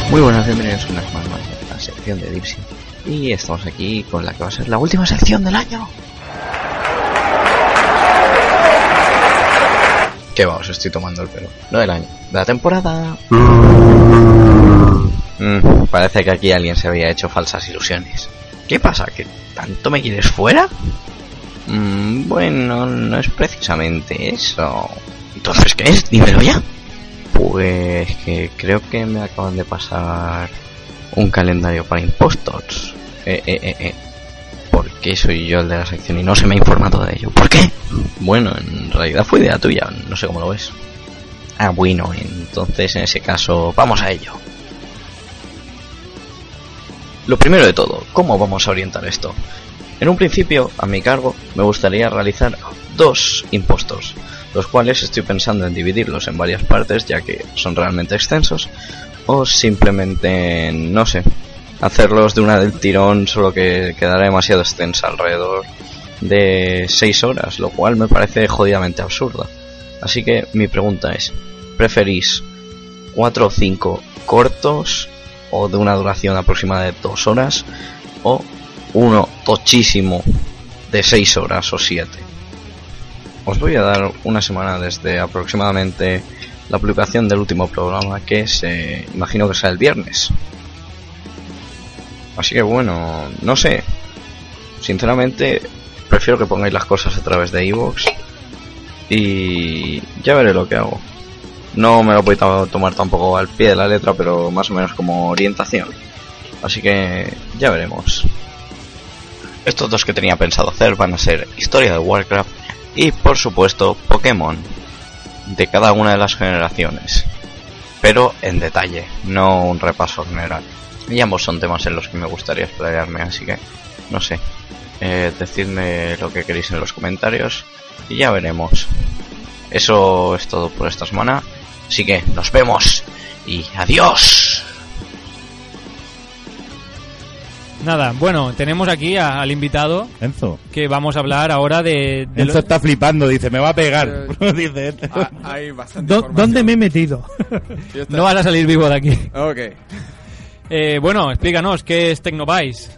Speaker 18: Muy buenas, bienvenidos una vez más a la sección de Dipsy. Y estamos aquí con la que va a ser la última sección del año. Que va, os estoy tomando el pelo. No del año, de la temporada. Mm, parece que aquí alguien se había hecho falsas ilusiones. ¿Qué pasa? ¿Que tanto me quieres fuera? Mm, bueno, no es precisamente eso. Entonces, ¿qué es? Dímelo ya. Pues que creo que me acaban de pasar un calendario para impostos. Eh, eh, eh, eh. ¿Por qué soy yo el de la sección y no se me ha informado de ello? ¿Por qué? Bueno, en realidad fue idea tuya, no sé cómo lo ves. Ah, bueno, entonces en ese caso, vamos a ello. Lo primero de todo, ¿cómo vamos a orientar esto? En un principio, a mi cargo, me gustaría realizar dos impostos, los cuales estoy pensando en dividirlos en varias partes ya que son realmente extensos, o simplemente, no sé, hacerlos de una del tirón, solo que quedará demasiado extensa, alrededor de 6 horas, lo cual me parece jodidamente absurda. Así que mi pregunta es, ¿preferís 4 o 5 cortos o de una duración aproximada de 2 horas o uno tochísimo de 6 horas o 7? Os voy a dar una semana desde aproximadamente la publicación del último programa que se imagino que será el viernes. Así que bueno, no sé. Sinceramente, Prefiero que pongáis las cosas a través de iVoox. Y ya veré lo que hago. No me lo voy a tomar tampoco al pie de la letra, pero más o menos como orientación. Así que ya veremos. Estos dos que tenía pensado hacer van a ser Historia de Warcraft y por supuesto Pokémon de cada una de las generaciones. Pero en detalle, no un repaso general. Y ambos son temas en los que me gustaría explayarme, así que no sé. Eh, decidme lo que queréis en los comentarios y ya veremos. Eso es todo por esta semana. Así que nos vemos y adiós.
Speaker 5: Nada, bueno, tenemos aquí a- al invitado
Speaker 7: Enzo.
Speaker 5: que vamos a hablar ahora de... de
Speaker 7: Enzo
Speaker 5: lo-
Speaker 7: está flipando, dice, me va a pegar. dice este.
Speaker 9: Ah, Hay bastante
Speaker 6: ¿Dó- ¿Dónde me he metido?
Speaker 5: No vas a salir vivo de aquí.
Speaker 9: Ok.
Speaker 5: Eh, bueno, explícanos, ¿qué es Tecnovice?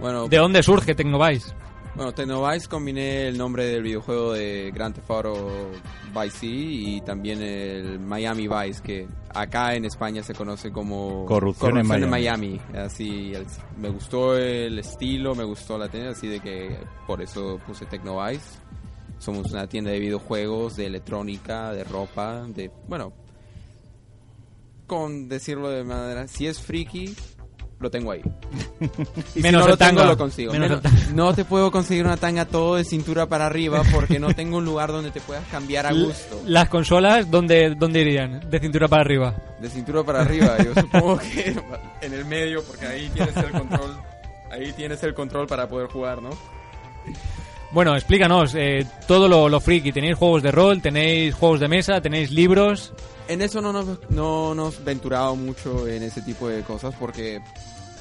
Speaker 9: Bueno,
Speaker 5: ¿De dónde surge Tecnovice?
Speaker 9: Bueno, Tecnovice combiné el nombre del videojuego de Grand Theft Auto Vice City y también el Miami Vice, que acá en España se conoce como
Speaker 7: Corrupción en Miami.
Speaker 9: Así, el- me gustó el estilo, me gustó la tienda, así de que por eso puse Tecnovice. Somos una tienda de videojuegos, de electrónica, de ropa, de, bueno, con decirlo de manera, si es friki, lo tengo ahí. Y
Speaker 5: Menos
Speaker 9: si no
Speaker 5: el
Speaker 9: lo tengo,
Speaker 5: tanga.
Speaker 9: lo consigo.
Speaker 5: Menos
Speaker 9: Menos-
Speaker 5: el
Speaker 9: no te puedo conseguir una tanga todo de cintura para arriba porque no tengo un lugar donde te puedas cambiar a gusto.
Speaker 5: ¿Las consolas dónde, dónde irían? De cintura para arriba.
Speaker 9: De cintura para arriba, yo supongo que en el medio porque ahí tienes el control. Ahí tienes el control para poder jugar, ¿no?
Speaker 5: Bueno, explícanos, eh, todo lo, lo friki. ¿Tenéis juegos de rol? ¿Tenéis juegos de mesa? ¿Tenéis libros?
Speaker 9: En eso no nos, no nos venturado mucho en ese tipo de cosas porque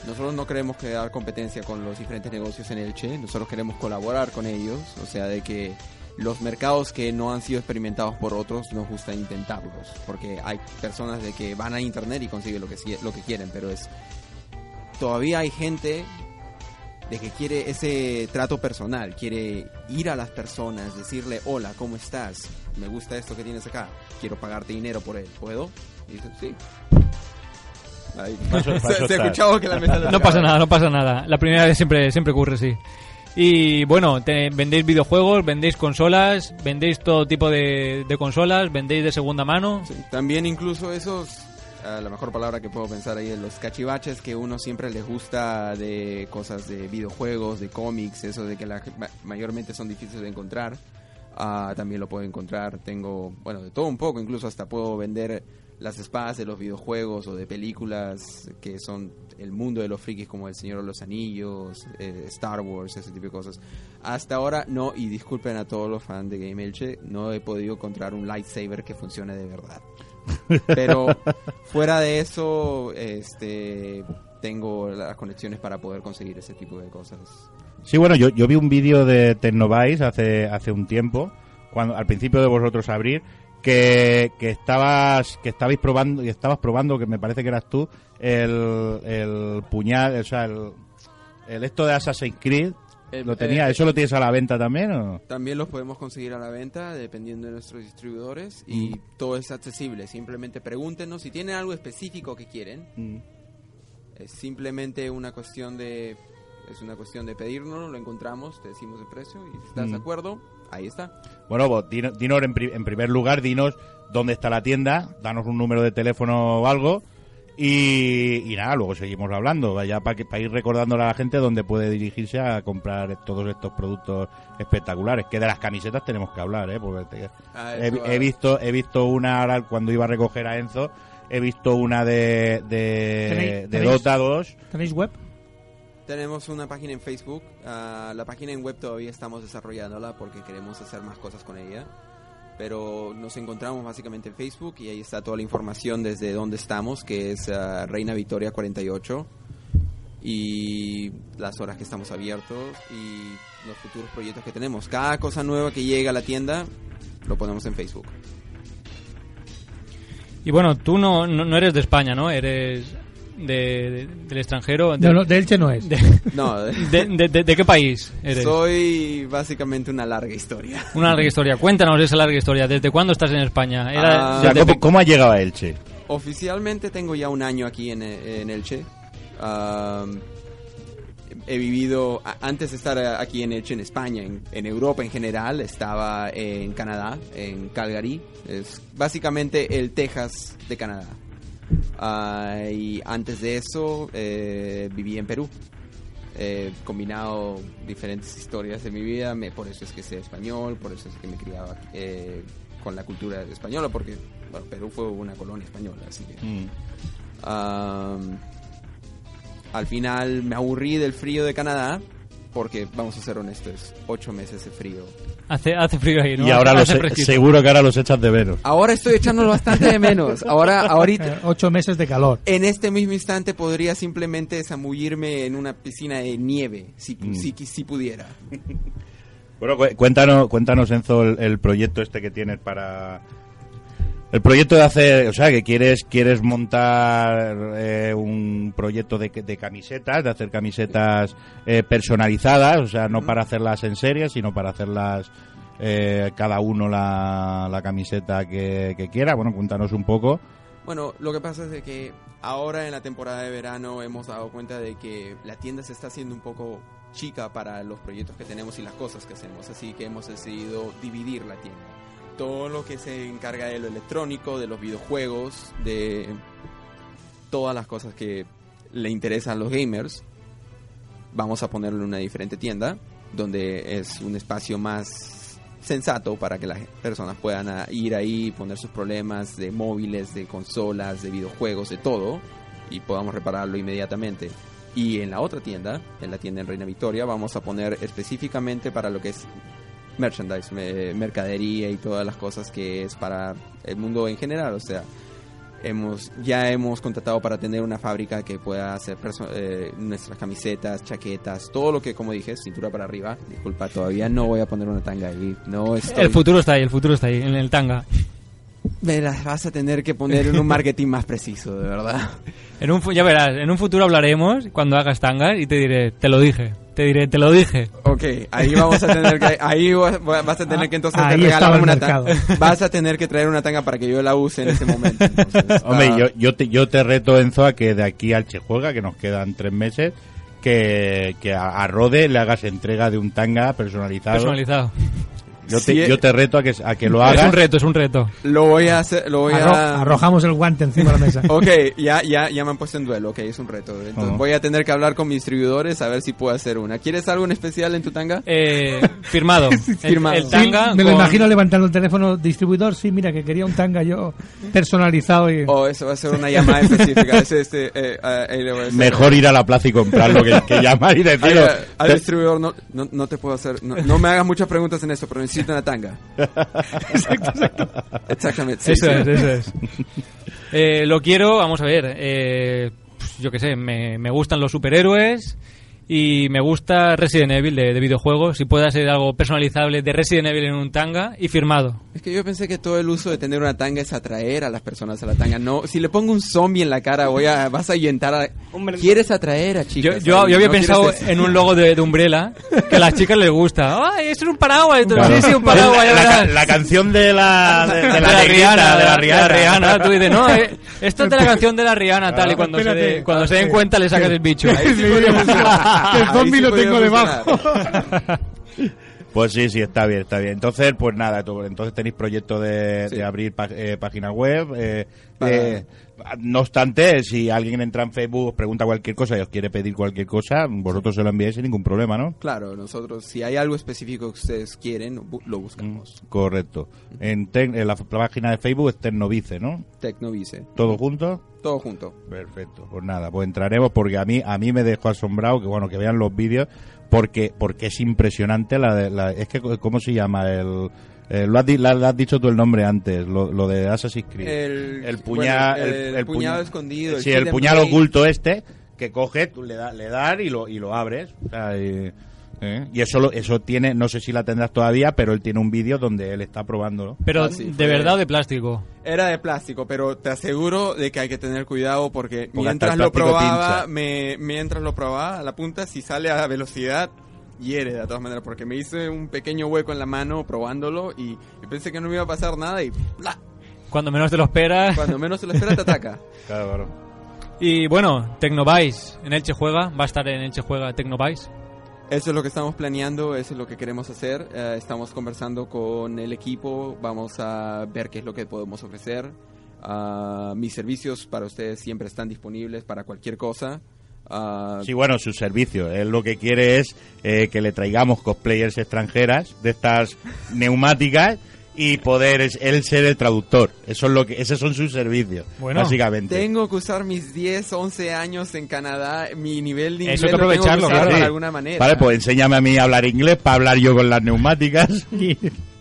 Speaker 9: nosotros no queremos crear competencia con los diferentes negocios en Elche, nosotros queremos colaborar con ellos, o sea, de que los mercados que no han sido experimentados por otros nos gusta intentarlos, porque hay personas de que van a internet y consiguen lo que, sí- lo que quieren, pero es todavía hay gente de que quiere ese trato personal, quiere ir a las personas, decirle, hola, ¿cómo estás? Me gusta esto que tienes acá, quiero pagarte dinero por él, ¿puedo? Y dice, sí. Ahí.
Speaker 5: Paso-
Speaker 9: Se-
Speaker 5: paso
Speaker 9: se,
Speaker 5: estás.
Speaker 9: escuchaba que la mesa se
Speaker 5: No pasa
Speaker 9: acaba.
Speaker 5: nada, no pasa nada. La primera vez siempre, siempre ocurre, sí. Y bueno, te- vendéis videojuegos, vendéis consolas, vendéis todo tipo de, de consolas, vendéis de segunda mano.
Speaker 9: También incluso esos, a la mejor palabra que puedo pensar ahí, los cachivaches que uno siempre les gusta de cosas de videojuegos, de cómics, eso de que la- ma- mayormente son difíciles de encontrar. Ah, también lo puedo encontrar, tengo, bueno, de todo un poco, incluso hasta puedo vender las espadas de los videojuegos o de películas que son el mundo de los frikis como El Señor de los Anillos, eh, Star Wars, ese tipo de cosas. Hasta ahora no, y disculpen a todos los fans de Game Elche, no he podido encontrar un lightsaber que funcione de verdad. Pero fuera de eso, este tengo las conexiones para poder conseguir ese tipo de cosas.
Speaker 7: Sí, bueno, yo, yo vi un vídeo de Tecnovice hace, hace un tiempo, cuando al principio de vosotros abrir, que, que estabas que estabais probando y estabas probando que me parece que eras tú el, el puñal, o sea, el, el esto de Assassin's Creed.
Speaker 9: Eh,
Speaker 7: lo tenía,
Speaker 9: eh,
Speaker 7: eso lo tienes a la venta también o?
Speaker 9: También los podemos conseguir a la venta dependiendo de nuestros distribuidores y
Speaker 7: Mm.
Speaker 9: todo es accesible. Simplemente pregúntenos si tienen algo específico que quieren. Es simplemente una cuestión de es una cuestión de pedirnos, lo encontramos, te decimos el precio y si estás
Speaker 7: Mm.
Speaker 9: de acuerdo, ahí está.
Speaker 7: Bueno, pues, dino- dinos, en, pri- en primer lugar, dinos dónde está la tienda, danos un número de teléfono o algo. Y, y nada, luego seguimos hablando, vaya para ir recordándole a la gente dónde puede dirigirse a comprar todos estos productos espectaculares. Que de las camisetas tenemos que hablar, ¿eh? Porque te-
Speaker 9: Ah,
Speaker 7: he,
Speaker 9: eso,
Speaker 7: he
Speaker 9: ah.
Speaker 7: visto he visto una ahora cuando iba a recoger a Enzo, he visto una de, de,
Speaker 6: ¿Tenéis-
Speaker 7: de
Speaker 6: tenéis-
Speaker 7: Dota 2.
Speaker 6: ¿Tenéis web?
Speaker 9: Tenemos una página en Facebook. ah, la página en web todavía estamos desarrollándola porque queremos hacer más cosas con ella. Pero nos encontramos básicamente en Facebook y ahí está toda la información desde donde estamos, que es ah, Reina Victoria 48. Y las horas que estamos abiertos y los futuros proyectos que tenemos. Cada cosa nueva que llega a la tienda lo ponemos en Facebook.
Speaker 5: Y bueno, tú no, no, no eres de España, ¿no? Eres de- de- del extranjero.
Speaker 6: No, no, de Elche no es.
Speaker 5: De,
Speaker 9: No.
Speaker 5: de, de- de- de qué país eres?
Speaker 9: Soy básicamente una larga historia.
Speaker 5: Una larga historia. Cuéntanos esa larga historia. ¿Desde cuándo estás en España? Era-
Speaker 9: Ah.
Speaker 7: O sea,
Speaker 5: desde
Speaker 7: ¿cómo,
Speaker 5: pe-
Speaker 7: cómo ha llegado a Elche?
Speaker 9: Oficialmente tengo ya un año aquí en, en Elche. Am, he vivido, a- antes de estar a- aquí en Elche, en España, en, en Europa en general, estaba en Canadá, en Calgary. Es básicamente el Texas de Canadá. Ah, y antes de eso, eh, viví en Perú. He combinado diferentes historias de mi vida, me- por eso es que sé español, por eso es que me criaba eh, con la cultura española, porque bueno, Perú fue una colonia española, así que...
Speaker 7: Mm.
Speaker 9: Am, al final me aburrí del frío de Canadá, porque vamos a ser honestos, ocho meses de frío.
Speaker 5: Hace, hace frío ahí, ¿no?
Speaker 7: Y ahora
Speaker 5: Hace-
Speaker 7: los, e,
Speaker 5: hace fresquito.
Speaker 7: seguro que ahora los echas de veros.
Speaker 9: Ahora estoy echándolo bastante de menos. Ahora, ahorita,
Speaker 6: Eh, Ocho meses de calor.
Speaker 9: en este mismo instante podría simplemente zambullirme en una piscina de nieve, si,
Speaker 7: Mm.
Speaker 9: si, si pudiera.
Speaker 7: Bueno, cu- cuéntanos, cuéntanos Enzo, el, el proyecto este que tienes para... El proyecto de hacer, o sea, que quieres quieres montar eh, un proyecto de, de camisetas, de hacer camisetas eh, personalizadas, o sea, no para hacerlas en serie, sino para hacerlas eh, cada uno la, la camiseta que, que quiera. Bueno, cuéntanos un poco.
Speaker 9: Bueno, lo que pasa es de que ahora en la temporada de verano hemos dado cuenta de que la tienda se está haciendo un poco chica para los proyectos que tenemos y las cosas que hacemos, así que hemos decidido dividir la tienda. Todo lo que se encarga de lo electrónico, de los videojuegos, de todas las cosas que le interesan a los gamers, vamos a ponerlo en una diferente tienda, donde es un espacio más sensato para que las personas puedan ah, ir ahí, poner sus problemas de móviles, de consolas, de videojuegos, de todo, y podamos repararlo inmediatamente. Y en la otra tienda, en la tienda en Reina Victoria, vamos a poner específicamente para lo que es merchandise, me- mercadería y todas las cosas que es para el mundo en general, o sea, hemos ya hemos contratado para tener una fábrica que pueda hacer perso- eh, nuestras camisetas, chaquetas, todo lo que como dije, cintura para arriba. Disculpa, todavía no voy a poner una tanga ahí. No estoy-
Speaker 5: El futuro está ahí, el futuro está ahí, en el tanga.
Speaker 9: Me las vas a tener que poner en un marketing más preciso, de verdad.
Speaker 5: En un, fu- ya verás, en un futuro hablaremos cuando hagas tangas y te diré, te lo dije, te diré, te lo dije.
Speaker 9: Ok, ahí vamos a tener que ahí va- va- vas a tener que entonces
Speaker 5: Ahí
Speaker 9: te
Speaker 5: estaba el
Speaker 9: regalarme una
Speaker 5: mercado.
Speaker 9: tanga. Vas a tener que traer una tanga para que yo la use en ese momento. ah,
Speaker 7: Hombre, yo, yo, te, yo te reto, Enzo, a que de aquí al Che Juega, que nos quedan tres meses, que, que a, a Rode le hagas entrega de un tanga personalizado.
Speaker 5: Personalizado.
Speaker 7: Yo te,
Speaker 5: Sí, eh.
Speaker 7: yo te reto a que, a que lo
Speaker 5: Es
Speaker 7: hagas.
Speaker 5: un reto, es un reto.
Speaker 9: Lo voy a hacer, lo voy
Speaker 6: Arro-
Speaker 9: a
Speaker 6: Arrojamos el guante encima de la mesa.
Speaker 9: Ok, ya, ya, ya me han puesto en duelo, ok, es un reto. Entonces
Speaker 7: Oh.
Speaker 6: Ajá.
Speaker 9: voy a tener que hablar con mis distribuidores a ver si puedo hacer una. ¿Quieres algo en especial en tu tanga?
Speaker 5: Eh, firmado.
Speaker 9: firmado.
Speaker 5: El- el tanga
Speaker 6: Sí, me lo
Speaker 5: con-
Speaker 6: imagino levantando el teléfono distribuidor. Sí, mira, que quería un tanga yo personalizado. Y...
Speaker 9: Oh, eso va a ser una llamada específica. Es este, eh, ah, ahí le voy a decir.
Speaker 7: Mejor ir a la plaza y comprarlo que, que llamar y
Speaker 9: Ay,
Speaker 7: decirlo.
Speaker 9: a- al distribuidor no, no, no te puedo hacer, no, no me hagas muchas preguntas en esto, pero necesito una tanga. exacto, exacto. Exactamente. sí,
Speaker 5: eso
Speaker 9: sí.
Speaker 5: es, eso es. Eh, lo quiero, vamos a ver. eh, pues, yo qué sé, me, me gustan los superhéroes y me gusta Resident Evil de, de videojuegos. Si pueda ser algo personalizable de Resident Evil en un tanga y firmado.
Speaker 9: Es que yo pensé que todo el uso de tener una tanga es atraer a las personas a la tanga. No, si le pongo un zombie en la cara, voy a, vas a ahuyentar a... Quieres atraer a
Speaker 5: Yo,
Speaker 9: chicas.
Speaker 5: yo,
Speaker 9: ahí,
Speaker 5: yo había
Speaker 9: ¿no?
Speaker 5: pensado
Speaker 9: Quieres-
Speaker 5: en un logo de, de Umbrella que a las chicas les gusta. ¡Ay, esto es un paraguas!
Speaker 7: Claro.
Speaker 5: Sí, sí, un paraguas. ya
Speaker 7: la,
Speaker 5: verás.
Speaker 7: ca- la canción de la, de, de la,
Speaker 5: de la
Speaker 7: negrita,
Speaker 5: Rihanna,
Speaker 7: de la Rihanna.
Speaker 5: Tú dices, no, eh, esto es de la canción de la Rihanna, tal, y cuando se,
Speaker 7: Espérate.
Speaker 5: dé- cuando se den cuenta le sacas el bicho.
Speaker 9: Ahí sí podría funcionar.
Speaker 6: El zombie
Speaker 9: Ahí sí
Speaker 6: lo
Speaker 9: podría
Speaker 6: tengo
Speaker 9: funcionar.
Speaker 7: Pues sí, sí, está bien, está bien. Entonces, pues nada, tú- entonces tenéis proyecto de, de abrir pá- eh, página web. eh,
Speaker 9: Para-
Speaker 7: eh, no obstante, si alguien entra en Facebook, os pregunta cualquier cosa y os quiere pedir cualquier cosa, vosotros se lo enviáis sin ningún problema, ¿no?
Speaker 9: Claro, nosotros, si hay algo específico que ustedes quieren, bu- lo buscamos.
Speaker 7: Correcto. En, tec- en la, f- la página de Facebook es Tecnovice, ¿no?
Speaker 9: Tecnovice.
Speaker 7: ¿Todo junto?
Speaker 9: Todo junto.
Speaker 7: Perfecto. Pues nada, pues entraremos porque a mí a mí me dejó asombrado que bueno que vean los vídeos porque porque es impresionante la, de- la es que co- cómo se llama el eh, lo, has, di- la- lo has dicho tú el nombre antes lo, lo de Assassin's Creed
Speaker 9: El,
Speaker 7: puña-
Speaker 9: bueno, el, el
Speaker 7: el
Speaker 9: puñado
Speaker 7: puña-
Speaker 9: escondido.
Speaker 7: sí,
Speaker 9: hit
Speaker 7: el
Speaker 9: and
Speaker 7: puñal
Speaker 9: play.
Speaker 7: oculto este que coge, tú le, da- le das y lo, y lo abres. O sea, y, ¿eh? Y eso, lo- eso tiene, no sé si la tendrás todavía, pero él tiene un vídeo donde él está probándolo.
Speaker 5: Pero,
Speaker 9: Ah, sí,
Speaker 5: ¿de
Speaker 9: fue-
Speaker 5: verdad o de plástico?
Speaker 9: Era de plástico, pero te aseguro de que hay que tener cuidado porque,
Speaker 7: Porque
Speaker 9: mientras
Speaker 7: hasta el
Speaker 9: lo
Speaker 7: plástico
Speaker 9: probaba,
Speaker 7: pincha.
Speaker 9: me, mientras lo probaba a la punta, si sale a velocidad, hiere de todas maneras, porque me hice un pequeño hueco en la mano probándolo y, y pensé que no me iba a pasar nada y ¡bla!
Speaker 5: Cuando menos te lo esperas.
Speaker 9: cuando menos se lo espera te ataca.
Speaker 7: Claro, claro.
Speaker 5: Y bueno, Tecnovice en Elche juega, va a estar en Elche juega Tecnovice.
Speaker 9: Eso es lo que estamos planeando, eso es lo que queremos hacer. Eh, estamos conversando con el equipo, vamos a ver qué es lo que podemos ofrecer. Ah, mis servicios para ustedes siempre están disponibles para cualquier cosa. Ah,
Speaker 7: Sí, bueno, su servicio. Él lo que quiere es eh, que le traigamos cosplayers extranjeras de estas neumáticas y poder es- él ser el traductor. Eso es lo que, esos son sus servicios, básicamente.
Speaker 9: Tengo que usar mis 10, 11 años en Canadá, mi nivel de inglés
Speaker 7: Eso hay que
Speaker 9: lo tengo
Speaker 7: aprovecharlo,
Speaker 9: usar
Speaker 7: claro.
Speaker 9: de
Speaker 7: Sí.
Speaker 9: alguna manera.
Speaker 7: Vale, pues enséñame a mí a hablar inglés para hablar yo con las neumáticas.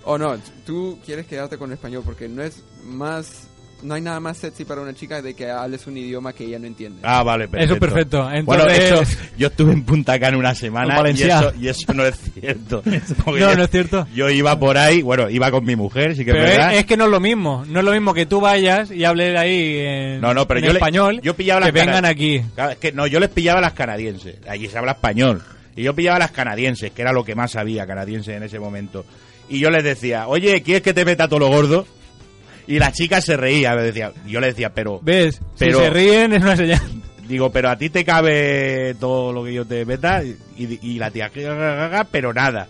Speaker 9: O no, tú quieres quedarte con el español porque no es más no hay nada más sexy para una chica de que hables un idioma que ella no entiende.
Speaker 7: Ah, vale, perfecto. Bueno,
Speaker 5: Entonces-
Speaker 7: eso, yo estuve en Punta Cana una semana
Speaker 5: En
Speaker 7: y
Speaker 5: Valencia.
Speaker 7: eso, y eso no es cierto. Porque
Speaker 5: No,
Speaker 7: yo-
Speaker 5: no es cierto.
Speaker 7: Yo iba por ahí, bueno, iba con mi mujer, sí que
Speaker 5: Pero
Speaker 7: es verdad.
Speaker 5: es, es que no es lo mismo. No es lo mismo que tú vayas y hables ahí en,
Speaker 7: No, no, pero
Speaker 5: en
Speaker 7: yo le-
Speaker 5: español.
Speaker 7: yo pillaba
Speaker 5: que
Speaker 7: las cana-
Speaker 5: vengan aquí.
Speaker 7: Claro, es que no, yo les pillaba a las canadienses. Allí se habla español. Y yo pillaba a las canadienses, que era lo que más había canadienses en ese momento. Y yo les decía, oye, ¿quieres que te meta todo lo gordo? Y la chica se reía. Me decía, yo le decía, pero.
Speaker 5: ¿Ves?
Speaker 7: Pero,
Speaker 5: si se ríen es una señal.
Speaker 7: Digo, pero a ti te cabe todo lo que yo te meta. Y, y la tía, "Ja, ja, ja, ja", pero nada.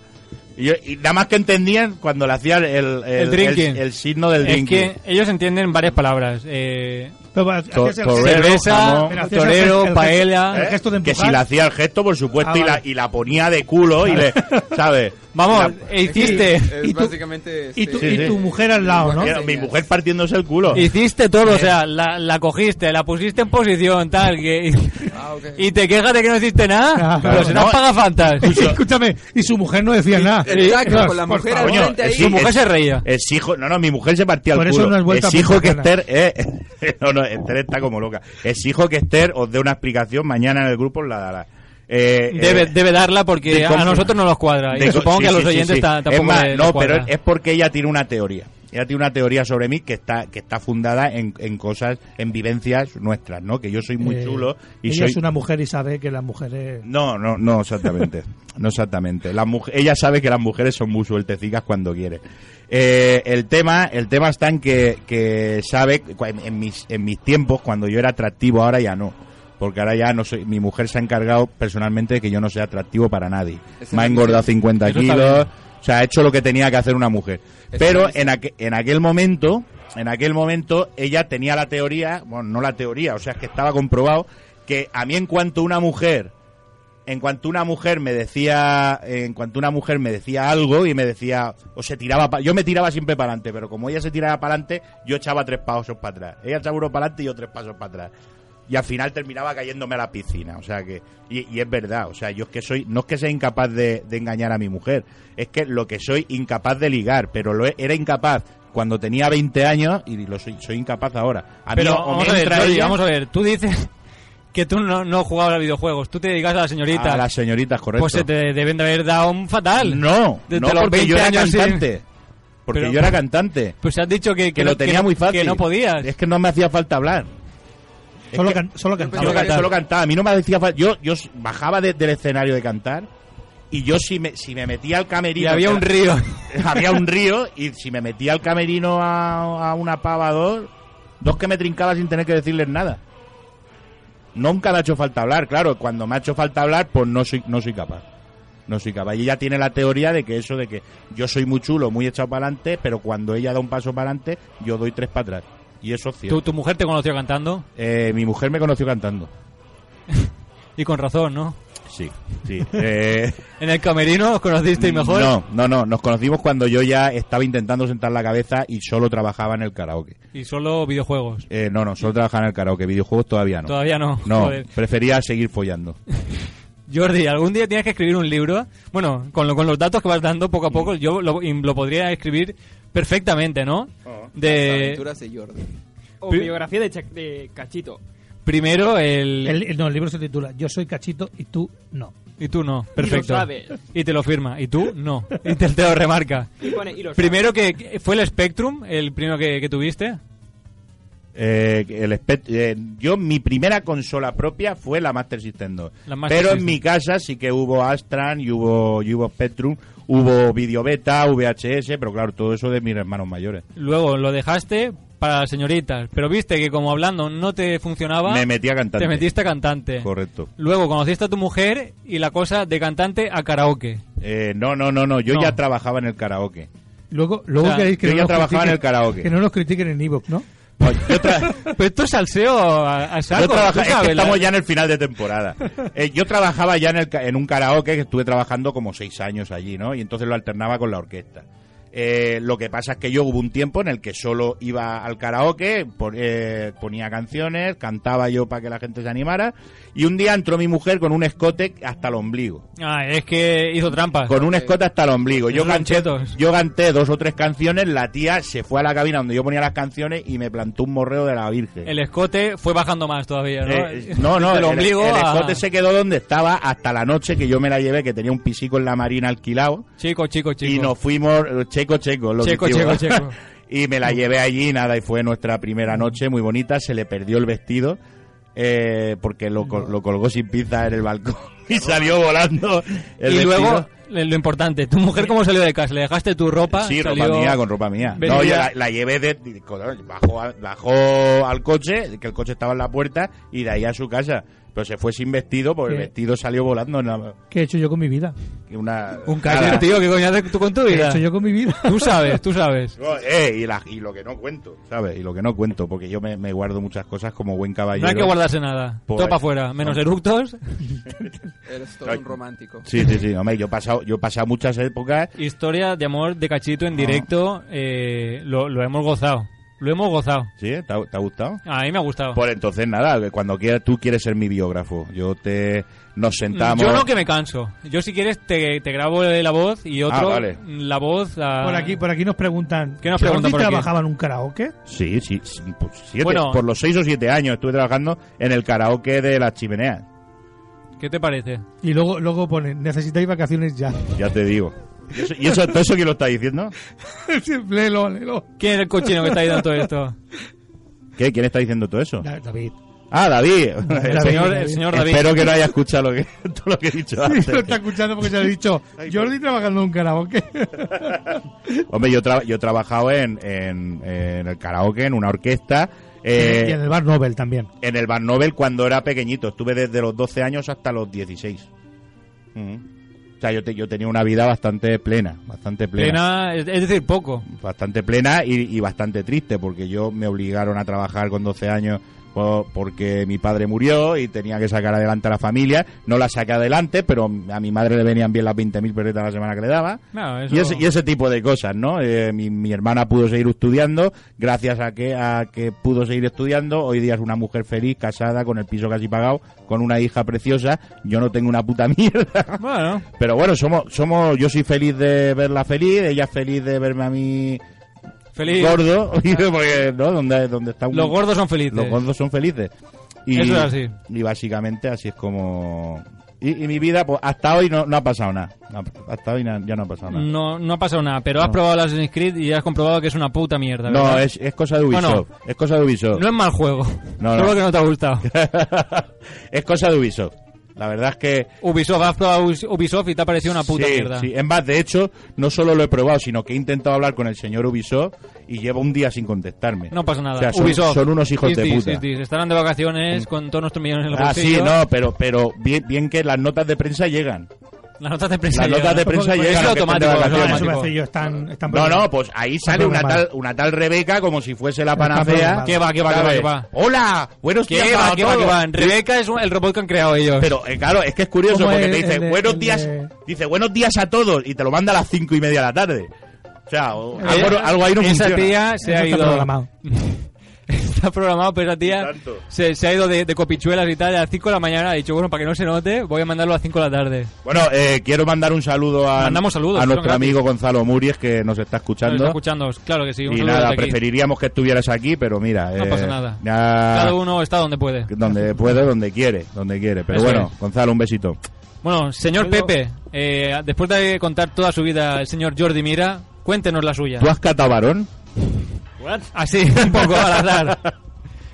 Speaker 7: Y, yo- y nada más que entendían cuando le hacían el, el,
Speaker 5: El drinking.
Speaker 7: el- el signo del
Speaker 5: es
Speaker 7: drinking. ¿Eh?
Speaker 5: que ellos entienden varias palabras. Eh,
Speaker 7: To- torero,
Speaker 5: cerveza,
Speaker 7: jamón.
Speaker 5: torero, paella.
Speaker 7: ¿Eh? que si le hacía el gesto, por supuesto,
Speaker 5: Ah,
Speaker 7: y, la,
Speaker 5: vale.
Speaker 7: y la ponía de culo y le, ¿sabes?
Speaker 5: Vamos,
Speaker 7: La-
Speaker 5: e hiciste.
Speaker 9: Es básicamente
Speaker 7: y tu-
Speaker 9: este,
Speaker 7: y tu
Speaker 6: mujer al lado, ¿no?
Speaker 7: Era mi mujer partiéndose el culo.
Speaker 5: Hiciste todo,
Speaker 7: Eh.
Speaker 5: o sea, la, la cogiste, la pusiste en posición, tal, que,
Speaker 7: Ah,
Speaker 5: y te quejas de que no hiciste nada,
Speaker 6: Claro.
Speaker 5: pero serás
Speaker 6: No,
Speaker 7: eh,
Speaker 5: pagafantas.
Speaker 6: Escúchame, y su mujer no decía nada. Por favor.
Speaker 7: Coño,
Speaker 6: Su mujer se reía.
Speaker 5: reía.
Speaker 7: Exijo, no, no, mi mujer se partía
Speaker 6: Por
Speaker 7: el
Speaker 6: eso
Speaker 7: culo.
Speaker 6: no has vuelto a
Speaker 7: Exijo
Speaker 6: Punta
Speaker 7: que
Speaker 6: Cana.
Speaker 7: Esther, eh, no, no, Esther está como loca. Exijo que Esther os dé una explicación mañana en el grupo, os la dará. Eh, eh,
Speaker 5: Debe, debe darla porque
Speaker 7: de
Speaker 5: a
Speaker 7: cómo-
Speaker 5: nosotros no nos cuadra. Y
Speaker 7: de-
Speaker 5: supongo
Speaker 7: sí,
Speaker 5: que a los
Speaker 7: sí, sí,
Speaker 5: oyentes
Speaker 7: sí.
Speaker 5: ta-
Speaker 7: Es
Speaker 5: tampoco
Speaker 7: más,
Speaker 5: les- les
Speaker 7: no,
Speaker 5: cuadra.
Speaker 7: pero es porque ella tiene una teoría. Ella tiene una teoría sobre mí que está que está fundada en, en cosas, en vivencias nuestras, ¿no? Que yo soy muy
Speaker 6: Eh,
Speaker 7: chulo y
Speaker 6: ella
Speaker 7: soy
Speaker 6: es una mujer y sabe que las mujeres.
Speaker 7: no, no, no exactamente. No exactamente. Las muj- ella sabe que las mujeres son muy sueltecicas cuando quiere. Eh, el tema, el tema está en que, que sabe cu- en, en mis en mis tiempos cuando yo era atractivo, ahora ya no. Porque ahora ya no soy, mi mujer se ha encargado personalmente de que yo no sea atractivo para nadie.
Speaker 9: Esa
Speaker 7: Me ha
Speaker 9: es la
Speaker 7: engordado
Speaker 9: misión.
Speaker 7: 50
Speaker 9: Eso está bien.
Speaker 7: kilos, o sea, ha hecho lo que tenía que hacer una mujer.
Speaker 9: Esa
Speaker 7: Pero
Speaker 9: es.
Speaker 7: en, aqu- en aquel momento, en aquel momento, ella tenía la teoría, bueno, no la teoría, o sea, es que estaba comprobado que a mí en cuanto una mujer, en cuanto una mujer me decía, en cuanto una mujer me decía algo y me decía, o se tiraba, pa- yo me tiraba siempre para adelante, pero como ella se tiraba para adelante, yo echaba tres pasos para atrás. Ella echaba uno para adelante y yo tres pasos para atrás. Y al final terminaba cayéndome a la piscina, o sea que, y, y es verdad, o sea, yo es que soy, no es que sea incapaz de, de engañar a mi mujer, es que lo que soy incapaz de ligar, pero lo he- era incapaz cuando tenía 20 años y lo soy, soy incapaz ahora. A mí
Speaker 5: Pero
Speaker 7: o- o
Speaker 5: vamos
Speaker 7: me
Speaker 5: a ver,
Speaker 7: entra
Speaker 5: Jordi,
Speaker 7: ella-
Speaker 5: vamos a ver, tú dices que tú no, no jugabas a videojuegos, tú te dedicas a la señorita.
Speaker 7: A las señoritas, correcto.
Speaker 5: Pues se te deben de haber dado un fatal.
Speaker 7: No,
Speaker 5: Desde
Speaker 7: no,
Speaker 5: los
Speaker 7: porque
Speaker 5: 20
Speaker 7: yo era
Speaker 5: años sin-
Speaker 7: cantante. Porque
Speaker 5: Pero-
Speaker 7: yo era cantante.
Speaker 5: Pues has dicho que, que,
Speaker 7: Que
Speaker 5: no-
Speaker 7: lo tenía
Speaker 5: no-
Speaker 7: muy fácil.
Speaker 5: Que no podías.
Speaker 7: Es que no me hacía falta hablar.
Speaker 6: Solo
Speaker 7: que-
Speaker 6: can- solo
Speaker 7: Pues Yo
Speaker 6: cantaba.
Speaker 7: solo cantaba.
Speaker 6: Solo
Speaker 7: solo cantaba. A mí no me hacía falta. Yo, yo s- bajaba de- del escenario de cantar y yo si me, si me metía al camerino...
Speaker 5: Y había
Speaker 7: que
Speaker 5: un
Speaker 7: era-
Speaker 5: río.
Speaker 7: había un río y si me metía al camerino a, a una pava dos, dos que me trincaba sin tener que decirles nada. Nunca me ha hecho falta hablar, claro. Cuando me ha hecho falta hablar, pues no soy, no soy capaz. No soy capaz. Y ella tiene la teoría de que eso de que yo soy muy chulo, muy echado para adelante, pero cuando ella da un paso para adelante, yo doy tres para atrás. Y eso es cierto.
Speaker 5: ¿Tu, tu mujer te conoció cantando
Speaker 7: Eh, mi mujer me conoció cantando.
Speaker 5: y con razón, ¿no?
Speaker 7: Sí, sí. Eh,
Speaker 5: ¿En el camerino os conocisteis mejor?
Speaker 7: No, no, no. Nos conocimos cuando yo ya estaba intentando sentar la cabeza y solo trabajaba en el karaoke.
Speaker 5: Y solo videojuegos.
Speaker 7: Eh, no, no, solo trabajaba en el karaoke. Videojuegos todavía no.
Speaker 5: Todavía no,
Speaker 7: No,
Speaker 5: joder.
Speaker 7: prefería seguir follando.
Speaker 5: Jordi, algún día tienes que escribir un libro. Bueno, con, lo- con los datos que vas dando poco a poco, yo lo, y lo podría escribir perfectamente, ¿no?
Speaker 9: Oh. Las
Speaker 5: De
Speaker 9: aventuras de Jordan.
Speaker 8: O
Speaker 5: Pri-
Speaker 8: biografía de, Cha- de Cachito.
Speaker 5: primero el,
Speaker 6: El, el- no, el libro se titula Yo soy cachito y tú no.
Speaker 5: y tú no, perfecto.
Speaker 8: sabes.
Speaker 5: Y te lo firma y tú no, y te, te lo remarca.
Speaker 8: Y pone, y lo sabes.
Speaker 5: Primero que que fue el Spectrum, el primero que, que tuviste.
Speaker 7: Eh, el espe- eh, yo, mi primera consola propia fue la Master System 2.
Speaker 5: La Master
Speaker 7: Pero en
Speaker 5: System.
Speaker 7: mi casa sí que hubo Astran y hubo, y hubo Spectrum, hubo Video Beta, VHS, pero claro, todo eso de mis hermanos mayores.
Speaker 5: Luego lo dejaste para las señoritas, pero viste que como hablando no te funcionaba,
Speaker 7: Me metí a cantante.
Speaker 5: te metiste a cantante.
Speaker 7: Correcto.
Speaker 5: Luego conociste a tu mujer y la cosa de cantante a karaoke.
Speaker 7: Eh, no, no, no, no. Yo
Speaker 5: No.
Speaker 7: ya trabajaba en el karaoke.
Speaker 6: Luego, luego
Speaker 7: O sea,
Speaker 6: queréis que
Speaker 7: yo
Speaker 6: no
Speaker 7: ya
Speaker 6: nos
Speaker 7: trabajaba en
Speaker 6: critiquen-
Speaker 7: el karaoke.
Speaker 6: Que no nos critiquen en Evox, ¿no?
Speaker 5: Pero Pues esto es salseo a, a saco,
Speaker 7: Yo trabaja-
Speaker 5: tú
Speaker 7: es que
Speaker 5: sabes, la-
Speaker 7: estamos ya en el final de temporada. Eh, yo trabajaba ya en, el, ca- en un karaoke que estuve trabajando como seis años allí, ¿no? Y entonces lo alternaba con la orquesta. Eh, lo que pasa es que yo hubo un tiempo en el que solo iba al karaoke, por- eh, ponía canciones, cantaba yo para que la gente se animara. Y un día entró mi mujer con un escote hasta el ombligo.
Speaker 5: Ah, es que hizo trampa.
Speaker 7: Con un escote hasta el ombligo. Yo
Speaker 5: Esos
Speaker 7: canté,
Speaker 5: anchetos.
Speaker 7: yo canté dos o tres canciones, la tía se fue a la cabina donde yo ponía las canciones y me plantó un morreo de la Virgen.
Speaker 5: El escote fue bajando más todavía, ¿no?
Speaker 7: Eh, no, no,
Speaker 5: el ombligo
Speaker 7: el,
Speaker 5: a-
Speaker 7: escote se quedó donde estaba hasta la noche que yo me la llevé, que tenía un pisico en la marina alquilado.
Speaker 5: Chico, chico, chico.
Speaker 7: Y nos fuimos, eh, checo, checo. Lo que
Speaker 5: Checo,
Speaker 7: hicimos.
Speaker 5: checo, checo.
Speaker 7: y me la llevé allí, nada, y fue nuestra primera noche muy bonita. Se le perdió el vestido eh, porque lo, col- lo colgó sin pizza en el balcón y salió volando. el
Speaker 5: y luego,
Speaker 7: vestido.
Speaker 5: le- lo importante, ¿tu mujer cómo salió de casa? ¿Le dejaste tu ropa?
Speaker 7: Sí, ropa
Speaker 5: Ah, Salió-
Speaker 7: mía, con ropa mía.
Speaker 5: Venía-
Speaker 7: No, yo la, la llevé de, de- con- bajó, a- bajó al coche, que el coche estaba en la puerta, y de ahí a su casa. Pero se fue sin vestido, porque
Speaker 6: ¿Qué?
Speaker 7: el vestido salió volando. en la-
Speaker 6: ¿Qué he hecho yo con mi vida?
Speaker 7: una,
Speaker 5: Un cayer,
Speaker 7: nada.
Speaker 5: tío, ¿qué coño haces tú con tu
Speaker 6: ¿Qué he
Speaker 5: vida?
Speaker 6: hecho yo con mi vida?
Speaker 5: Tú sabes, tú sabes.
Speaker 7: No, eh, y, la- y lo que no cuento, ¿sabes? Y lo que no cuento, porque yo me, me guardo muchas cosas como buen caballero.
Speaker 5: No hay que guardarse nada.
Speaker 7: Pues,
Speaker 5: Todo para afuera. Menos
Speaker 7: no.
Speaker 5: eructos.
Speaker 9: Eres todo un romántico.
Speaker 7: Sí, sí, sí. Hombre, yo he pasado, yo he pasado muchas épocas
Speaker 5: Historia de amor de cachito en directo. eh, lo, lo hemos gozado. Lo hemos gozado.
Speaker 7: ¿Sí? ¿Te ha, te ha gustado?
Speaker 5: A mí me ha gustado.
Speaker 7: Pues entonces nada, que cuando quieras tú quieres ser mi biógrafo. Yo te nos sentamos.
Speaker 5: Mm, Yo no que me canso. Yo si quieres te, te grabo la voz y otro
Speaker 7: Ah, vale.
Speaker 5: la voz a...
Speaker 6: Por aquí, por aquí nos preguntan.
Speaker 5: Ah. ¿Qué nos
Speaker 6: ¿Jordi
Speaker 5: preguntan por aquí?
Speaker 6: trabajaba en un karaoke?
Speaker 7: Sí, sí, sí, pues siete,
Speaker 5: Bueno.
Speaker 7: por los seis o siete años estuve trabajando en el karaoke de las chimeneas.
Speaker 5: ¿Qué te parece?
Speaker 6: Y luego, luego ponen, necesitáis vacaciones ya.
Speaker 7: Ya te digo. ¿Y eso, y eso, todo eso quién lo está diciendo?
Speaker 6: Sí, léelo, léelo.
Speaker 5: ¿Quién es el cochino que está ahí dando todo esto?
Speaker 7: ¿Qué? ¿Quién está diciendo todo eso?
Speaker 6: Da- David.
Speaker 7: Ah, David.
Speaker 5: El señor, el señor David.
Speaker 7: Espero que no haya escuchado lo que, todo lo que he dicho
Speaker 6: Sí,
Speaker 7: antes.
Speaker 6: lo está escuchando porque ya lo he dicho. Jordi
Speaker 7: pues.
Speaker 6: trabajando en un karaoke.
Speaker 7: Hombre, yo, tra- yo he trabajado en, en, en el karaoke, en una orquesta. eh,
Speaker 6: y en el bar Nobel también.
Speaker 7: en el Bar Nobel cuando era pequeñito. Estuve desde los 12 años hasta los 16. Ujú. O sea, yo, te- yo tenía una vida bastante plena, bastante plena.
Speaker 5: Plena, es es decir, poco.
Speaker 7: Bastante plena y, y bastante triste porque yo me obligaron a trabajar con 12 años po- porque mi padre murió y tenía que sacar adelante a la familia. No la saqué adelante, pero a mi madre le venían bien las 20.000 pesetas a la semana que le daba.
Speaker 5: No, eso-
Speaker 7: Y ese, y ese tipo de cosas, ¿no? Eh, mi, mi hermana pudo seguir estudiando, gracias a que, a que pudo seguir estudiando, hoy día es una mujer feliz, casada, con el piso casi pagado, con una hija preciosa, yo no tengo una puta mierda.
Speaker 5: Bueno,
Speaker 7: Pero bueno, somos, somos, yo soy feliz de verla feliz, ella es feliz de verme a mí
Speaker 5: feliz.
Speaker 7: gordo, porque, ¿no? Donde, donde está un-
Speaker 5: Los gordos son felices.
Speaker 7: los gordos son felices. Y,
Speaker 5: Eso es así.
Speaker 7: Y básicamente así es como... Y, y mi vida, pues hasta hoy no, no ha pasado nada. No, hasta hoy na- ya no ha pasado nada.
Speaker 5: No, no ha pasado nada, pero has probado las Assassin's Creed y has comprobado que es una puta mierda.
Speaker 7: No,
Speaker 5: ¿verdad?
Speaker 7: es, es cosa de
Speaker 5: No, no.
Speaker 7: Ubisoft. Es cosa de Ubisoft.
Speaker 5: No es mal juego.
Speaker 7: No, no.
Speaker 5: Solo que no te ha gustado.
Speaker 7: es cosa de Ubisoft. La verdad es que.
Speaker 5: Ubisoft, has probado Ubis- Ubisoft y te ha parecido una puta
Speaker 7: sí,
Speaker 5: mierda.
Speaker 7: sí. eh. Es más, de hecho, no solo lo he probado, sino que he intentado hablar con el señor Ubisoft y llevo un día sin contestarme.
Speaker 5: No pasa nada.
Speaker 7: O sea, son,
Speaker 5: Ubisoft.
Speaker 7: son unos hijos de
Speaker 5: Isdis,
Speaker 7: puta.
Speaker 5: Isdis, Estarán de vacaciones con todos nuestros millones en el
Speaker 7: Ah, sí,
Speaker 5: bolsillo.
Speaker 7: no, pero, pero bien, bien que las notas de prensa llegan.
Speaker 5: Las notas de prensa
Speaker 7: Las
Speaker 5: llegan,
Speaker 7: notas de
Speaker 5: ¿no?
Speaker 7: prensa
Speaker 5: Porque
Speaker 7: llegan
Speaker 5: Es
Speaker 7: a que
Speaker 5: automático.
Speaker 7: estén de
Speaker 5: es
Speaker 7: vacaciones.
Speaker 6: Eso me
Speaker 5: automático.
Speaker 6: hace yo, están,
Speaker 5: Ah,
Speaker 6: están
Speaker 7: No, no, pues ahí sale una tal,
Speaker 6: programado.
Speaker 7: una tal Rebeca como si fuese la
Speaker 6: Está
Speaker 7: panacea.
Speaker 6: programado.
Speaker 5: Que va, que va, que va, que va.
Speaker 7: Hola, buenos
Speaker 5: Que
Speaker 7: días.
Speaker 5: va,
Speaker 7: para
Speaker 5: que va, que
Speaker 7: todos.
Speaker 5: va. Rebeca es un- el robot que han creado ellos.
Speaker 7: Pero eh, claro, es que es curioso
Speaker 6: ¿Cómo
Speaker 7: porque
Speaker 6: es
Speaker 7: te dice
Speaker 6: el de-
Speaker 7: buenos
Speaker 6: el
Speaker 7: días,
Speaker 6: de-
Speaker 7: dice buenos días a todos y te lo manda a las cinco y media de la tarde. O sea, o-
Speaker 5: Eh,
Speaker 7: algo, algo ahí no
Speaker 5: esa
Speaker 7: funciona.
Speaker 5: tía se
Speaker 6: Eso
Speaker 5: ha
Speaker 6: está
Speaker 5: ido.
Speaker 6: programado.
Speaker 5: está programado, pero esa tía
Speaker 7: Tanto.
Speaker 5: se, se ha ido de, de copichuelas y tal. A las 5 de la mañana ha dicho, bueno, para que no se note, voy a mandarlo a las 5 de la tarde.
Speaker 7: Bueno, eh, quiero mandar un saludo a,
Speaker 5: Mandamos saludos,
Speaker 7: a
Speaker 5: son
Speaker 7: nuestro
Speaker 5: gratis.
Speaker 7: amigo Gonzalo Muries que nos está
Speaker 5: Nos
Speaker 7: escuchando.
Speaker 5: está escuchando, claro que sí. Un
Speaker 7: y
Speaker 5: saludo
Speaker 7: nada,
Speaker 5: desde aquí.
Speaker 7: preferiríamos que estuvieras aquí, pero mira,
Speaker 5: No
Speaker 7: eh,
Speaker 5: pasa nada.
Speaker 7: ya-
Speaker 5: Cada uno está donde puede.
Speaker 7: donde puede, donde quiere, donde quiere. Pero
Speaker 5: Eso
Speaker 7: bueno,
Speaker 5: es.
Speaker 7: Gonzalo, un besito.
Speaker 5: Bueno, señor Pepe, eh, después de contar toda su vida el señor Jordi Mira, cuéntenos la suya.
Speaker 7: ¿Tú has catado varón?
Speaker 5: Así, Ah, un poco al azar.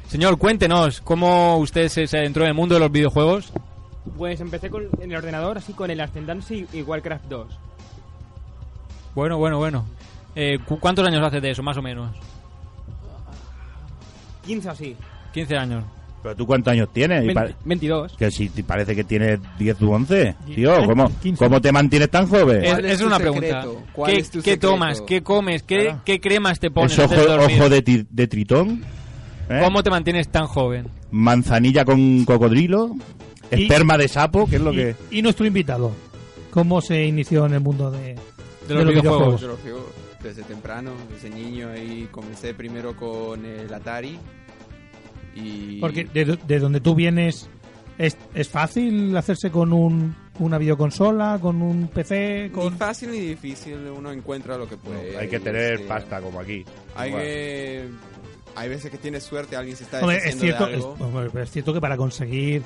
Speaker 5: Señor, cuéntenos cómo usted se, se entró en el mundo de los videojuegos.
Speaker 8: Pues empecé con, en el ordenador así con el Ascendance y, y Warcraft 2.
Speaker 5: Bueno, bueno, bueno. Eh, ¿cu- ¿Cuántos años hace de eso, más o menos?
Speaker 8: 15 así.
Speaker 5: 15 años.
Speaker 7: ¿Pero tú cuántos años tienes? Y
Speaker 8: Vein-
Speaker 7: pare-
Speaker 8: 22.
Speaker 7: Que si te parece que tienes 10 u 11. Tío,
Speaker 8: Ah,
Speaker 7: ¿cómo,
Speaker 8: 15.
Speaker 7: ¿cómo te mantienes tan joven?
Speaker 5: Es,
Speaker 8: Eh, ¿Cuál es
Speaker 5: es
Speaker 8: tu
Speaker 5: una
Speaker 8: secreto?
Speaker 5: pregunta.
Speaker 8: ¿Cuál
Speaker 5: ¿Qué,
Speaker 8: es tu
Speaker 5: qué
Speaker 8: secreto?
Speaker 5: tomas? ¿Qué comes? ¿Qué, qué cremas te pones?
Speaker 7: ¿Es ojo,
Speaker 5: antes de dormir?
Speaker 7: ojo de, ti- de tritón? ¿eh?
Speaker 5: ¿Cómo te mantienes tan joven?
Speaker 7: ¿Manzanilla con cocodrilo?
Speaker 6: Y-
Speaker 7: ¿Esperma de sapo? ¿Qué es lo que...?
Speaker 6: Y nuestro invitado, ¿cómo se inició en el mundo de, de
Speaker 9: Yo lo fui Desde temprano, desde niño, ahí comencé primero con el Atari. Y
Speaker 6: Porque de, de donde tú vienes, ¿es, es fácil hacerse con un, una videoconsola, con un PC? Con...
Speaker 9: ni fácil ni difícil, uno encuentra lo que puede.
Speaker 7: No, hay que
Speaker 9: y,
Speaker 7: tener pasta, como aquí.
Speaker 9: Pues, Hay
Speaker 7: Igual.
Speaker 9: que- hay veces que tienes suerte, alguien se está
Speaker 6: Hombre, es,
Speaker 9: deshaciendo
Speaker 6: cierto,
Speaker 9: de
Speaker 6: es,
Speaker 9: algo.
Speaker 6: hombre, pero es cierto que para conseguir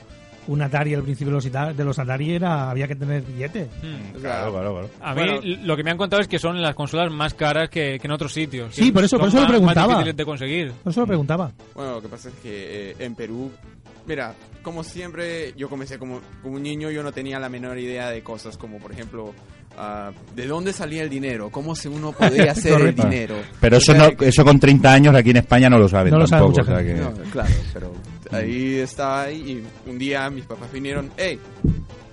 Speaker 6: un Atari al principio de los, Ita- de los Atari era, había que tener billete.
Speaker 7: Claro, claro, claro.
Speaker 5: A mí
Speaker 6: Bueno.
Speaker 5: l- lo que me han contado es que son las consolas más caras que, que en otros sitios.
Speaker 6: Sí,
Speaker 5: que
Speaker 6: por eso,
Speaker 5: son
Speaker 6: por eso lo
Speaker 5: más- Más
Speaker 6: preguntaba.
Speaker 5: difíciles de conseguir.
Speaker 6: Por
Speaker 9: Mm.
Speaker 6: eso lo preguntaba.
Speaker 9: Bueno, lo que pasa es que eh, en Perú, mira, como siempre, yo comencé como, como un niño, yo no tenía la menor idea de cosas como, por ejemplo, ah, de dónde salía el dinero, cómo se uno podía hacer el
Speaker 7: Correcto.
Speaker 9: dinero.
Speaker 7: Pero eso,
Speaker 9: O sea,
Speaker 7: no, eso con 30 años aquí en España no lo saben
Speaker 6: No lo sabe
Speaker 7: tampoco.
Speaker 6: mucha
Speaker 7: o sea
Speaker 6: gente.
Speaker 7: que- Mm.
Speaker 9: No, claro, pero ahí estaba ahí y un día mis papás vinieron, hey,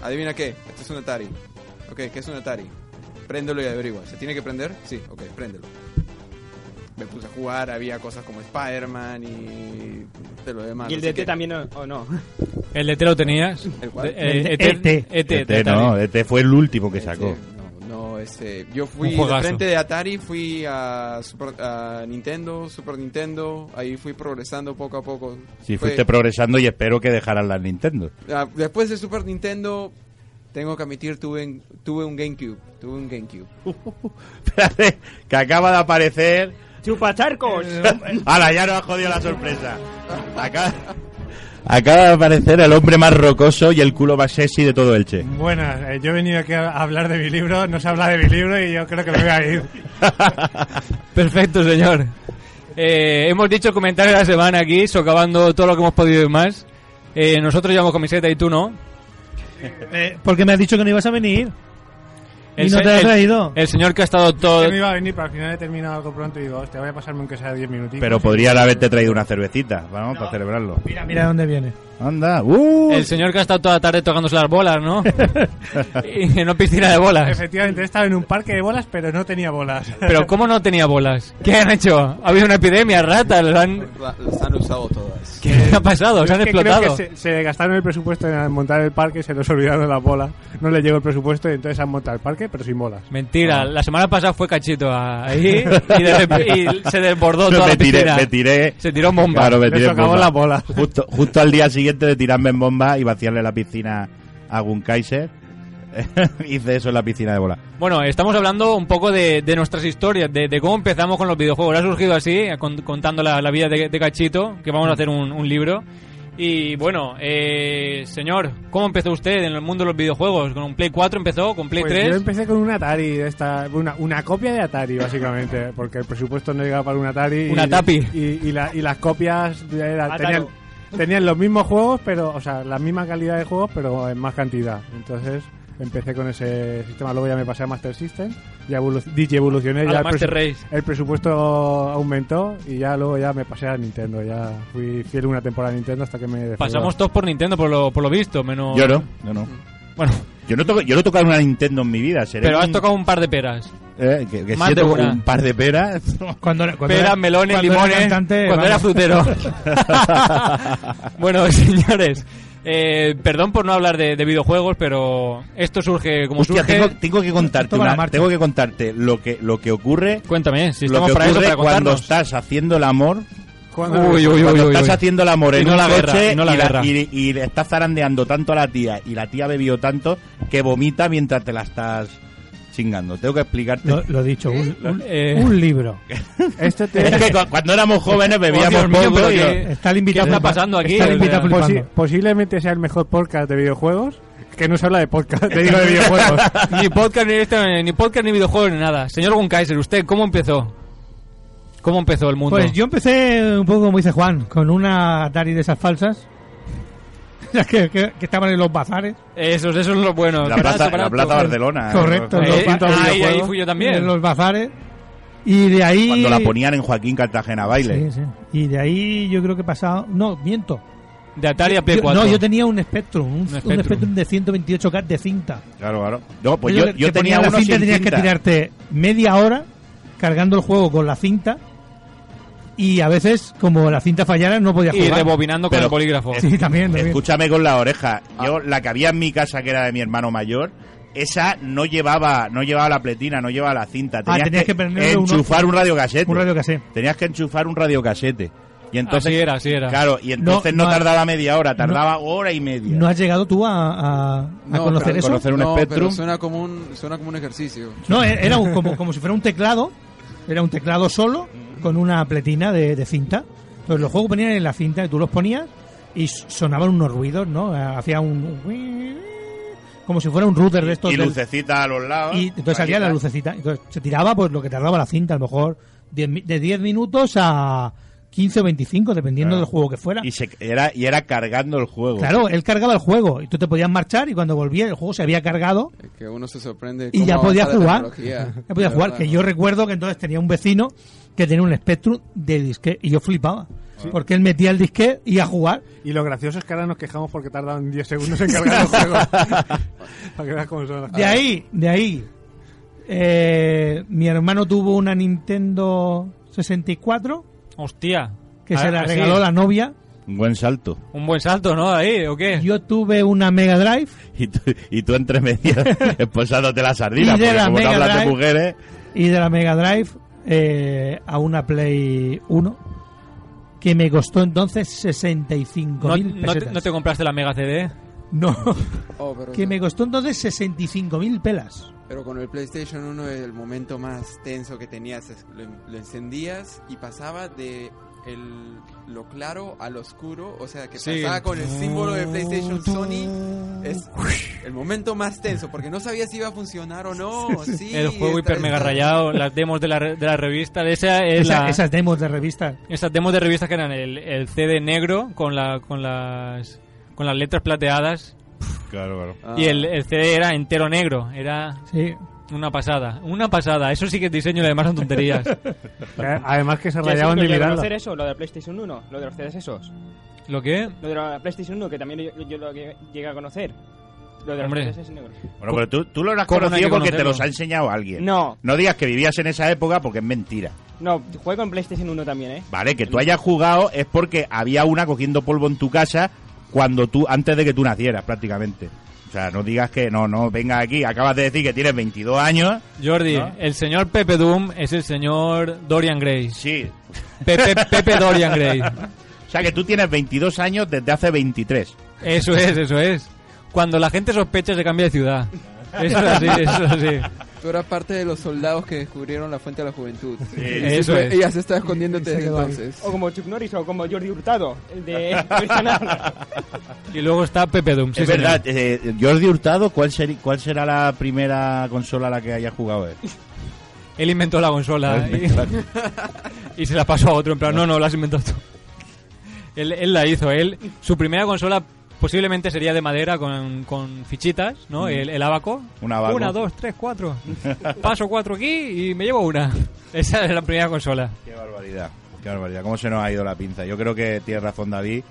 Speaker 9: adivina qué, esto es un Atari. Ok, ¿qué es un Atari? Préndelo y averigua. ¿Se tiene que prender? Sí, ok, préndelo. Me puse a jugar, había cosas como Spider-Man y de lo
Speaker 7: Ah,
Speaker 9: demás.
Speaker 8: ¿Y el
Speaker 9: así
Speaker 8: DT
Speaker 9: que-
Speaker 8: también o, o no?
Speaker 5: ¿El de ET lo tenías?
Speaker 9: ¿El cuál?
Speaker 5: De- eh,
Speaker 7: E
Speaker 9: El de
Speaker 6: E
Speaker 5: ET. ET,
Speaker 7: ET,
Speaker 5: de Atari.
Speaker 7: E no, ET fue el último
Speaker 9: E
Speaker 7: que sacó.
Speaker 9: No, no, este, yo fui
Speaker 5: Un
Speaker 9: de
Speaker 5: juegazo.
Speaker 9: frente de Atari, fui a, Super- a Nintendo, Super Nintendo, ahí fui progresando poco a poco.
Speaker 7: Si
Speaker 5: Pues-
Speaker 9: Fue-
Speaker 7: fuiste progresando y espero que dejaran las Nintendo.
Speaker 9: Ah, Después de Super Nintendo, tengo que admitir, tuve, en- tuve un GameCube. Tuve un GameCube.
Speaker 7: Espérate, que acaba de aparecer.
Speaker 8: ¡Chupacharcos!
Speaker 13: Eh,
Speaker 7: ¡Hala, ya nos ha jodido la sorpresa! Acaba, acaba de aparecer el hombre más rocoso y el culo más sexy de todo Elche.
Speaker 13: Buenas, eh, yo he venido aquí a hablar de mi libro, no se habla de mi libro y yo creo que me voy a ir.
Speaker 5: Perfecto, señor. Eh, hemos dicho comentario de la semana aquí, socavando todo lo que hemos podido y más. Eh, nosotros llevamos camiseta y tú no.
Speaker 6: Eh, porque me has dicho que no ibas a venir. y no
Speaker 5: se-
Speaker 6: te has traído.
Speaker 5: El señor que ha estado todo...
Speaker 13: Yo me iba a venir, pero al final he terminado algo pronto y digo, hostia, voy a pasarme aunque sea 10 minutitos.
Speaker 7: Pero podrían haberte traído una cervecita, vamos, para celebrarlo. Mira,
Speaker 6: Mira dónde viene.
Speaker 7: Anda, ¡uh!
Speaker 5: El señor que ha estado toda la tarde tocándose las bolas, ¿no? y en una piscina de bolas.
Speaker 13: Efectivamente, he estado en un parque de bolas, pero no tenía bolas.
Speaker 5: Pero ¿cómo no tenía bolas? ¿Qué han hecho? Ha habido una epidemia, ratas, las han-
Speaker 9: La- Las han usado todas.
Speaker 5: ¿Qué ha pasado? Se
Speaker 13: Yo
Speaker 5: han
Speaker 13: es que creo
Speaker 5: explotado.
Speaker 13: que se, se gastaron el presupuesto en montar el parque, se los olvidaron las bolas, no les llegó el presupuesto y entonces han montado el parque, pero sin bolas.
Speaker 5: Mentira, la semana pasada fue cachito ahí y, de rep- y se desbordó toda
Speaker 7: me
Speaker 5: la
Speaker 7: tiré,
Speaker 5: piscina.
Speaker 7: me tiré.
Speaker 5: Se tiró en bomba.
Speaker 7: Claro, me
Speaker 5: Les
Speaker 7: tiré en
Speaker 5: acabó
Speaker 7: bomba.
Speaker 5: la bola.
Speaker 7: Justo, justo al día siguiente de tirarme en bomba y vaciarle la piscina a Gun Kaiser. Hice eso en la piscina de bola.
Speaker 5: Bueno, estamos hablando un poco de, de nuestras historias, de, de cómo empezamos con los videojuegos. Ha surgido así, con- contando la, la vida de, de Cachito, que vamos a hacer un, un libro. Y bueno, eh, señor, ¿cómo empezó usted en el mundo de los videojuegos? ¿Con un Play 4 empezó? ¿Con Play
Speaker 13: Pues
Speaker 5: 3?
Speaker 13: Yo empecé con un Atari, de esta, una, una copia de Atari, básicamente, porque el presupuesto no llegaba para un Atari.
Speaker 5: Una
Speaker 13: y,
Speaker 5: tapi.
Speaker 13: Y, y la- y las copias de- era-
Speaker 5: Ataro.
Speaker 13: tenían, tenían los mismos juegos, pero, o sea, la misma calidad de juegos, pero en más cantidad. Entonces empecé con ese sistema, luego ya me pasé a Master System, ya evolu- dije, evolucioné,
Speaker 5: A
Speaker 13: ya
Speaker 5: la
Speaker 13: el,
Speaker 5: Master
Speaker 13: presu-
Speaker 5: Race.
Speaker 13: el presupuesto aumentó y ya luego ya me pasé a Nintendo, ya fui fiel una temporada a Nintendo hasta que me... defraudó.
Speaker 5: Pasamos todos por Nintendo, por lo, por lo visto, menos...
Speaker 7: Yo no, yo no.
Speaker 5: Bueno.
Speaker 7: Yo no, toco, yo no he tocado una Nintendo en mi vida. Seré
Speaker 5: Pero has
Speaker 7: un-
Speaker 5: tocado un par de peras.
Speaker 7: eh, que, que
Speaker 5: más
Speaker 7: siete-
Speaker 5: de una.
Speaker 7: un par de peras.
Speaker 6: Cuando, era- cuando
Speaker 5: Peras,
Speaker 6: era-
Speaker 5: melones,
Speaker 6: cuando era
Speaker 5: limones,
Speaker 6: cantante,
Speaker 5: cuando era
Speaker 6: vamos.
Speaker 5: frutero. bueno, señores, eh, perdón por no hablar de, de videojuegos, pero esto surge como
Speaker 7: Hostia,
Speaker 5: surge.
Speaker 7: tengo, tengo que contarte
Speaker 5: Toma la
Speaker 7: una-
Speaker 5: marcha.
Speaker 7: tengo que contarte lo que lo que ocurre
Speaker 5: Cuéntame, si
Speaker 7: lo
Speaker 5: estamos
Speaker 7: que
Speaker 5: para eso,
Speaker 7: ocurre
Speaker 5: para
Speaker 7: cuando
Speaker 5: contarnos.
Speaker 7: estás haciendo el amor
Speaker 5: Cuando- Uy, uy,
Speaker 7: cuando
Speaker 5: uy, uy,
Speaker 7: estás
Speaker 5: uy.
Speaker 7: haciendo el amor
Speaker 5: Y
Speaker 7: en
Speaker 5: no
Speaker 7: un
Speaker 5: la guerra,
Speaker 7: coche
Speaker 5: y no la
Speaker 7: y, la-
Speaker 5: guerra.
Speaker 7: y- y le estás zarandeando tanto a la tía y la tía bebió tanto que vomita mientras te la estás chingando tengo que explicarte
Speaker 6: Lo, lo he dicho, un, un-
Speaker 5: Eh.
Speaker 6: un libro.
Speaker 13: Este te-
Speaker 7: Es que cu- cuando éramos jóvenes bebíamos
Speaker 5: Dios mío,
Speaker 7: poco
Speaker 5: pero
Speaker 7: y-
Speaker 5: que-
Speaker 6: Está el
Speaker 5: ¿Qué
Speaker 6: invitado.
Speaker 5: está pasando aquí? Pues
Speaker 6: Está el
Speaker 5: O sea,
Speaker 6: invitado
Speaker 5: posi-
Speaker 6: flipando.
Speaker 13: Posi- posiblemente sea el mejor podcast de videojuegos que no se habla de podcast, te digo de videojuegos.
Speaker 5: ni podcast ni, este- ni podcast ni videojuegos ni nada. Señor Gunkaiser, ¿usted cómo empezó? ¿Cómo empezó el mundo?
Speaker 6: Pues yo empecé un poco como dice Juan, con una Atari de esas falsas. Las que, que- que estaban en los bazares.
Speaker 5: Esos, esos son los buenos.
Speaker 7: la
Speaker 5: Barato,
Speaker 7: plaza la
Speaker 5: barato.
Speaker 7: plaza Barcelona ¿eh?
Speaker 6: Correcto.
Speaker 5: Eh,
Speaker 6: los ba-
Speaker 5: ahí, ahí fui yo
Speaker 6: En
Speaker 5: también.
Speaker 6: los bazares. Y de ahí.
Speaker 7: Cuando la ponían en Joaquín Cartagena Baile.
Speaker 6: Sí, sí. Y de ahí yo creo que pasaba. No, miento.
Speaker 5: De Atari a
Speaker 6: Yo-
Speaker 5: Play
Speaker 6: yo-
Speaker 5: 4.
Speaker 6: No, yo tenía un Spectrum, un, un Spectrum.
Speaker 5: Spectrum.
Speaker 6: de 128K de cinta.
Speaker 7: Claro, claro. No, pues yo,
Speaker 6: Aquello que-
Speaker 7: yo
Speaker 6: que
Speaker 7: tenía
Speaker 6: ponías
Speaker 7: uno
Speaker 6: la cinta
Speaker 7: sin
Speaker 6: tenías
Speaker 7: cinta.
Speaker 6: que tirarte media hora cargando el juego con la cinta y a veces como la cinta fallara no podías jugar.
Speaker 7: Pero,
Speaker 6: Sí, también, también. Ah.
Speaker 7: Escúchame con la oreja. Yo, la que había en mi casa, que era de mi hermano mayor, esa no llevaba, no llevaba la pletina, no llevaba la cinta. Tenías,
Speaker 6: Ah, tenías que prenderle un-
Speaker 7: enchufar un, radiocasete.
Speaker 6: un radiocasete. Ah,
Speaker 7: Tenías que enchufar un radiocasete. Y entonces,
Speaker 5: Así era, así era.
Speaker 7: Claro, y entonces no,
Speaker 6: no ha-
Speaker 7: tardaba media hora,
Speaker 6: no-
Speaker 7: tardaba hora y media.
Speaker 6: ¿No has llegado tú a, a- a
Speaker 7: No,
Speaker 6: conocer
Speaker 7: pero-
Speaker 6: eso?
Speaker 7: conocer un
Speaker 9: No, pero
Speaker 7: Spectrum.
Speaker 9: suena como un suena como un ejercicio.
Speaker 6: No, e- era un- como, como si fuera un teclado, era un teclado solo con una pletina de, de cinta. Entonces los juegos venían en la cinta y tú los ponías y s- sonaban unos ruidos, ¿no? Eh, Hacía un... Como si fuera un router de estos
Speaker 7: y
Speaker 6: del-
Speaker 7: lucecita a los lados.
Speaker 6: Y entonces salía la lucecita. Entonces se tiraba pues lo que tardaba la cinta, a lo mejor 10 mi- de 10 minutos a 15 o 25, dependiendo del juego que fuera.
Speaker 7: Y, se, era, y era cargando el juego.
Speaker 6: Claro, él cargaba el juego y tú te podías marchar y cuando volvía el juego se había cargado
Speaker 9: Que uno se sorprende.
Speaker 6: y
Speaker 9: cómo
Speaker 6: ya
Speaker 9: avanza
Speaker 6: podías
Speaker 9: la
Speaker 6: jugar.
Speaker 9: tecnología.
Speaker 6: Ya podías
Speaker 9: De
Speaker 6: jugar.
Speaker 9: verdad.
Speaker 6: Que yo recuerdo que entonces tenía un vecino que tenía un Spectrum de disque y yo flipaba. Porque él metía el disque y a jugar.
Speaker 13: Y lo gracioso es que ahora nos quejamos porque tardan 10 segundos en cargar los juegos. Para que veas cómo son las
Speaker 6: De
Speaker 5: Ah.
Speaker 13: cosas.
Speaker 6: ahí, de ahí. eh, mi hermano tuvo una Nintendo 64
Speaker 5: Hostia.
Speaker 6: que
Speaker 5: Ah,
Speaker 6: se la
Speaker 5: así.
Speaker 6: regaló la novia.
Speaker 7: Un buen salto.
Speaker 5: Un buen salto, ¿no? Ahí, ¿o qué?
Speaker 6: Yo tuve una Mega Drive
Speaker 7: Y tú, y tú entre medias, esposándote la sardina.
Speaker 6: Y de
Speaker 7: Porque
Speaker 6: la
Speaker 7: como tú
Speaker 6: Mega
Speaker 7: hablas de
Speaker 6: Drive.
Speaker 7: mujeres.
Speaker 6: y de la Mega Drive eh, a una Play 1 que me costó entonces 65
Speaker 5: ¿No,
Speaker 6: mil
Speaker 5: no te, no te compraste la Mega CD?
Speaker 6: No.
Speaker 9: Oh, pero,
Speaker 6: que me costó entonces 65 mil pelas.
Speaker 9: pero con el PlayStation 1 el momento más tenso que tenías es- lo, lo encendías y pasaba de el, lo claro al oscuro, o sea que
Speaker 5: Sí.
Speaker 9: pasaba con el símbolo de PlayStation Sony es el momento más tenso porque no sabías si iba a funcionar o no. sí,
Speaker 5: el juego
Speaker 9: está-
Speaker 5: hiper mega
Speaker 9: está-
Speaker 5: rayado, las demos de la, re- de la revista, de esa es
Speaker 6: Esa-
Speaker 5: la-
Speaker 6: Esas demos de revista.
Speaker 5: esas demos de revistas que eran el, el CD negro con la con las con las letras plateadas
Speaker 7: Claro,
Speaker 9: Ah.
Speaker 5: y el,
Speaker 7: Ah.
Speaker 5: el CD era entero negro, era
Speaker 6: Sí.
Speaker 5: una pasada, una pasada, eso sí que es diseño y lo demás son tonterías.
Speaker 13: Eh, Además que se
Speaker 8: ¿Qué
Speaker 13: rayaban ni
Speaker 8: hacéis con lo de
Speaker 13: mirarla.
Speaker 8: conocer eso, lo de PlayStation 1, lo de los CDs esos.
Speaker 5: ¿Lo qué?
Speaker 8: Lo de la PlayStation 1, que también yo, yo lo que llegué a conocer. Lo de
Speaker 5: Hombre.
Speaker 8: los CDs negros.
Speaker 7: Bueno, pero tú, tú lo has
Speaker 8: Pues ¿Cómo no hay
Speaker 7: conocido
Speaker 8: que
Speaker 7: porque te
Speaker 8: conocerlo?
Speaker 7: los ha enseñado alguien.
Speaker 8: No.
Speaker 7: No digas que vivías en esa época porque es mentira.
Speaker 8: No, jugué con PlayStation 1 también, ¿eh?
Speaker 7: Vale, que tú hayas jugado es porque había una cogiendo polvo en tu casa cuando tú antes de que tú nacieras prácticamente. O sea, no digas que no, no, venga aquí, acabas de decir que tienes 22 años.
Speaker 5: Jordi,
Speaker 7: ¿No?
Speaker 5: el señor Pepe Doom es el señor Dorian Gray.
Speaker 7: Sí.
Speaker 5: Pepe, Pepe Dorian Gray.
Speaker 7: O sea, que tú tienes 22 años desde hace 23.
Speaker 5: Eso es, eso es. Cuando la gente sospecha se cambia de ciudad. Eso es así, eso es así.
Speaker 9: Tú eras parte de los soldados que descubrieron la fuente de la juventud.
Speaker 5: eso es.
Speaker 9: Ella se está escondiéndote desde
Speaker 8: quedó ahí.
Speaker 9: entonces.
Speaker 8: O como Chuck Norris o como Jordi Hurtado, el de Personal.
Speaker 5: Y luego está Pepe Doom. sí,
Speaker 7: es
Speaker 5: señor.
Speaker 7: verdad, eh, Jordi Hurtado, ¿cuál, seri- ¿cuál será la primera consola a la que haya jugado eh? él?
Speaker 5: Él inventó la consola.
Speaker 7: Él
Speaker 5: Y, y se la pasó a otro. En plan, no, no, la has inventado tú. Él, él la hizo. Él, su primera consola posiblemente sería de madera con, con fichitas, ¿no?
Speaker 7: Mm.
Speaker 5: El, el abaco.
Speaker 7: Un abaco.
Speaker 5: Una, dos, tres, cuatro. Paso cuatro aquí y me llevo una. Esa era la primera consola.
Speaker 7: Qué barbaridad, qué barbaridad. ¿Cómo se nos ha ido la pinza? Yo creo que tiene razón David,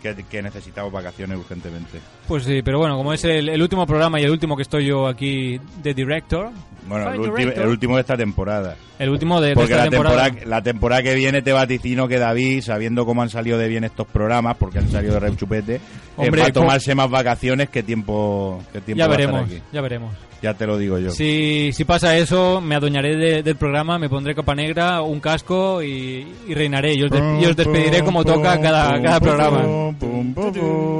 Speaker 7: que, que necesitamos vacaciones urgentemente.
Speaker 5: Pues sí, pero bueno, como es el, el último programa y el último que estoy yo aquí de director.
Speaker 7: Bueno, el,
Speaker 5: Fine
Speaker 7: ulti-
Speaker 5: director.
Speaker 7: el último de esta temporada.
Speaker 5: El último de, de
Speaker 7: Porque
Speaker 5: esta
Speaker 7: la
Speaker 5: temporada.
Speaker 7: temporada, la temporada que viene te vaticino que David, sabiendo cómo han salido de bien estos programas, porque han salido de rechupete, eh,
Speaker 5: Hombre,
Speaker 7: va a
Speaker 5: ¿cómo?
Speaker 7: tomarse más vacaciones que tiempo, que tiempo
Speaker 5: Ya
Speaker 7: va a estar
Speaker 5: veremos,
Speaker 7: aquí.
Speaker 5: ya veremos.
Speaker 7: Ya te lo digo yo.
Speaker 5: Si, si pasa eso, me adueñaré de- del programa, me pondré capa negra, un casco y, y reinaré. Y os, des- y os despediré como toca cada, cada programa.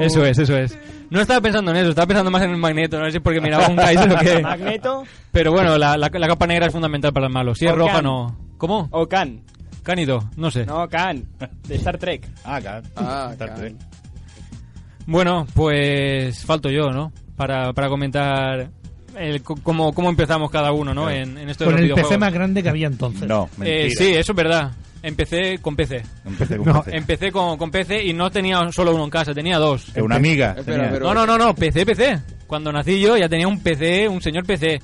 Speaker 5: Eso es, eso es. No estaba pensando en eso, estaba pensando más en el magneto. No sé si porque miraba un Kaiser o qué.
Speaker 8: Magneto
Speaker 5: Pero bueno, la, la- la capa negra es fundamental para el malo. Si es
Speaker 8: O
Speaker 5: roja,
Speaker 8: Khan.
Speaker 5: no. ¿Cómo?
Speaker 8: o Khan.
Speaker 5: Cánido, no sé.
Speaker 8: No, Khan, de Star Trek.
Speaker 7: Ah, claro.
Speaker 9: Ah,
Speaker 7: Star
Speaker 9: claro.
Speaker 7: Trek.
Speaker 5: Bueno, pues falto yo, ¿no? Para, para comentar el, co- cómo, cómo empezamos cada uno, ¿no? En, en esto de
Speaker 6: Con
Speaker 5: los
Speaker 6: el
Speaker 5: videojuegos.
Speaker 6: PC más grande que había entonces.
Speaker 7: No, mentira.
Speaker 5: Eh, sí, eso es verdad. Empecé con PC.
Speaker 7: Empecé con PC.
Speaker 5: Empecé con, con PC y no tenía solo uno en casa, tenía dos.
Speaker 7: Que una amiga.
Speaker 9: Espera,
Speaker 7: tenía.
Speaker 9: pero-
Speaker 5: No, no, no, no, PC, PC. Cuando nací yo ya tenía un PC, un señor PC.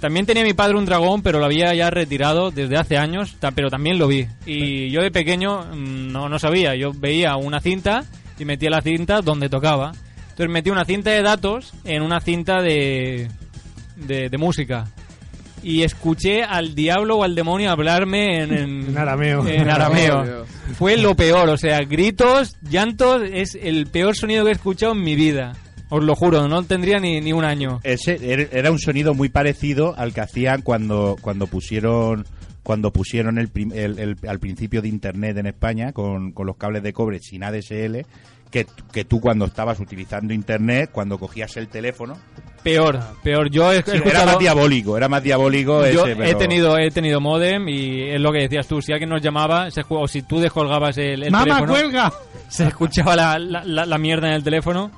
Speaker 5: También tenía mi padre un dragón, pero lo había ya retirado desde hace años, ta- pero también lo vi. Y yo de pequeño mm, no, no sabía, yo veía una cinta y metía la cinta donde tocaba. Entonces metí una cinta de datos en una cinta de, de, de música. Y escuché al diablo o al demonio hablarme en, en-
Speaker 13: En arameo.
Speaker 5: en arameo. Fue lo peor, o sea, gritos, llantos, es el peor sonido que he escuchado en mi vida. Os lo juro, no tendría ni, ni un año.
Speaker 7: Ese er- era un sonido muy parecido al que hacían cuando, cuando pusieron cuando pusieron el, prim- el- el- al principio de internet en España con, con los cables de cobre sin ADSL que, que tú cuando estabas utilizando internet cuando cogías el teléfono
Speaker 5: Peor, peor. Yo he
Speaker 7: Sí, era
Speaker 5: escuchado-
Speaker 7: más diabólico era más diabólico
Speaker 5: Yo
Speaker 7: ese,
Speaker 5: he
Speaker 7: pero-
Speaker 5: tenido he tenido modem y es lo que decías tú, si alguien nos llamaba, se, escu- o si tú descolgabas el, el
Speaker 6: ¡Mamá,
Speaker 5: teléfono,
Speaker 6: cuelga!
Speaker 5: se
Speaker 7: Ah.
Speaker 5: escuchaba la, la- la- la mierda en el teléfono,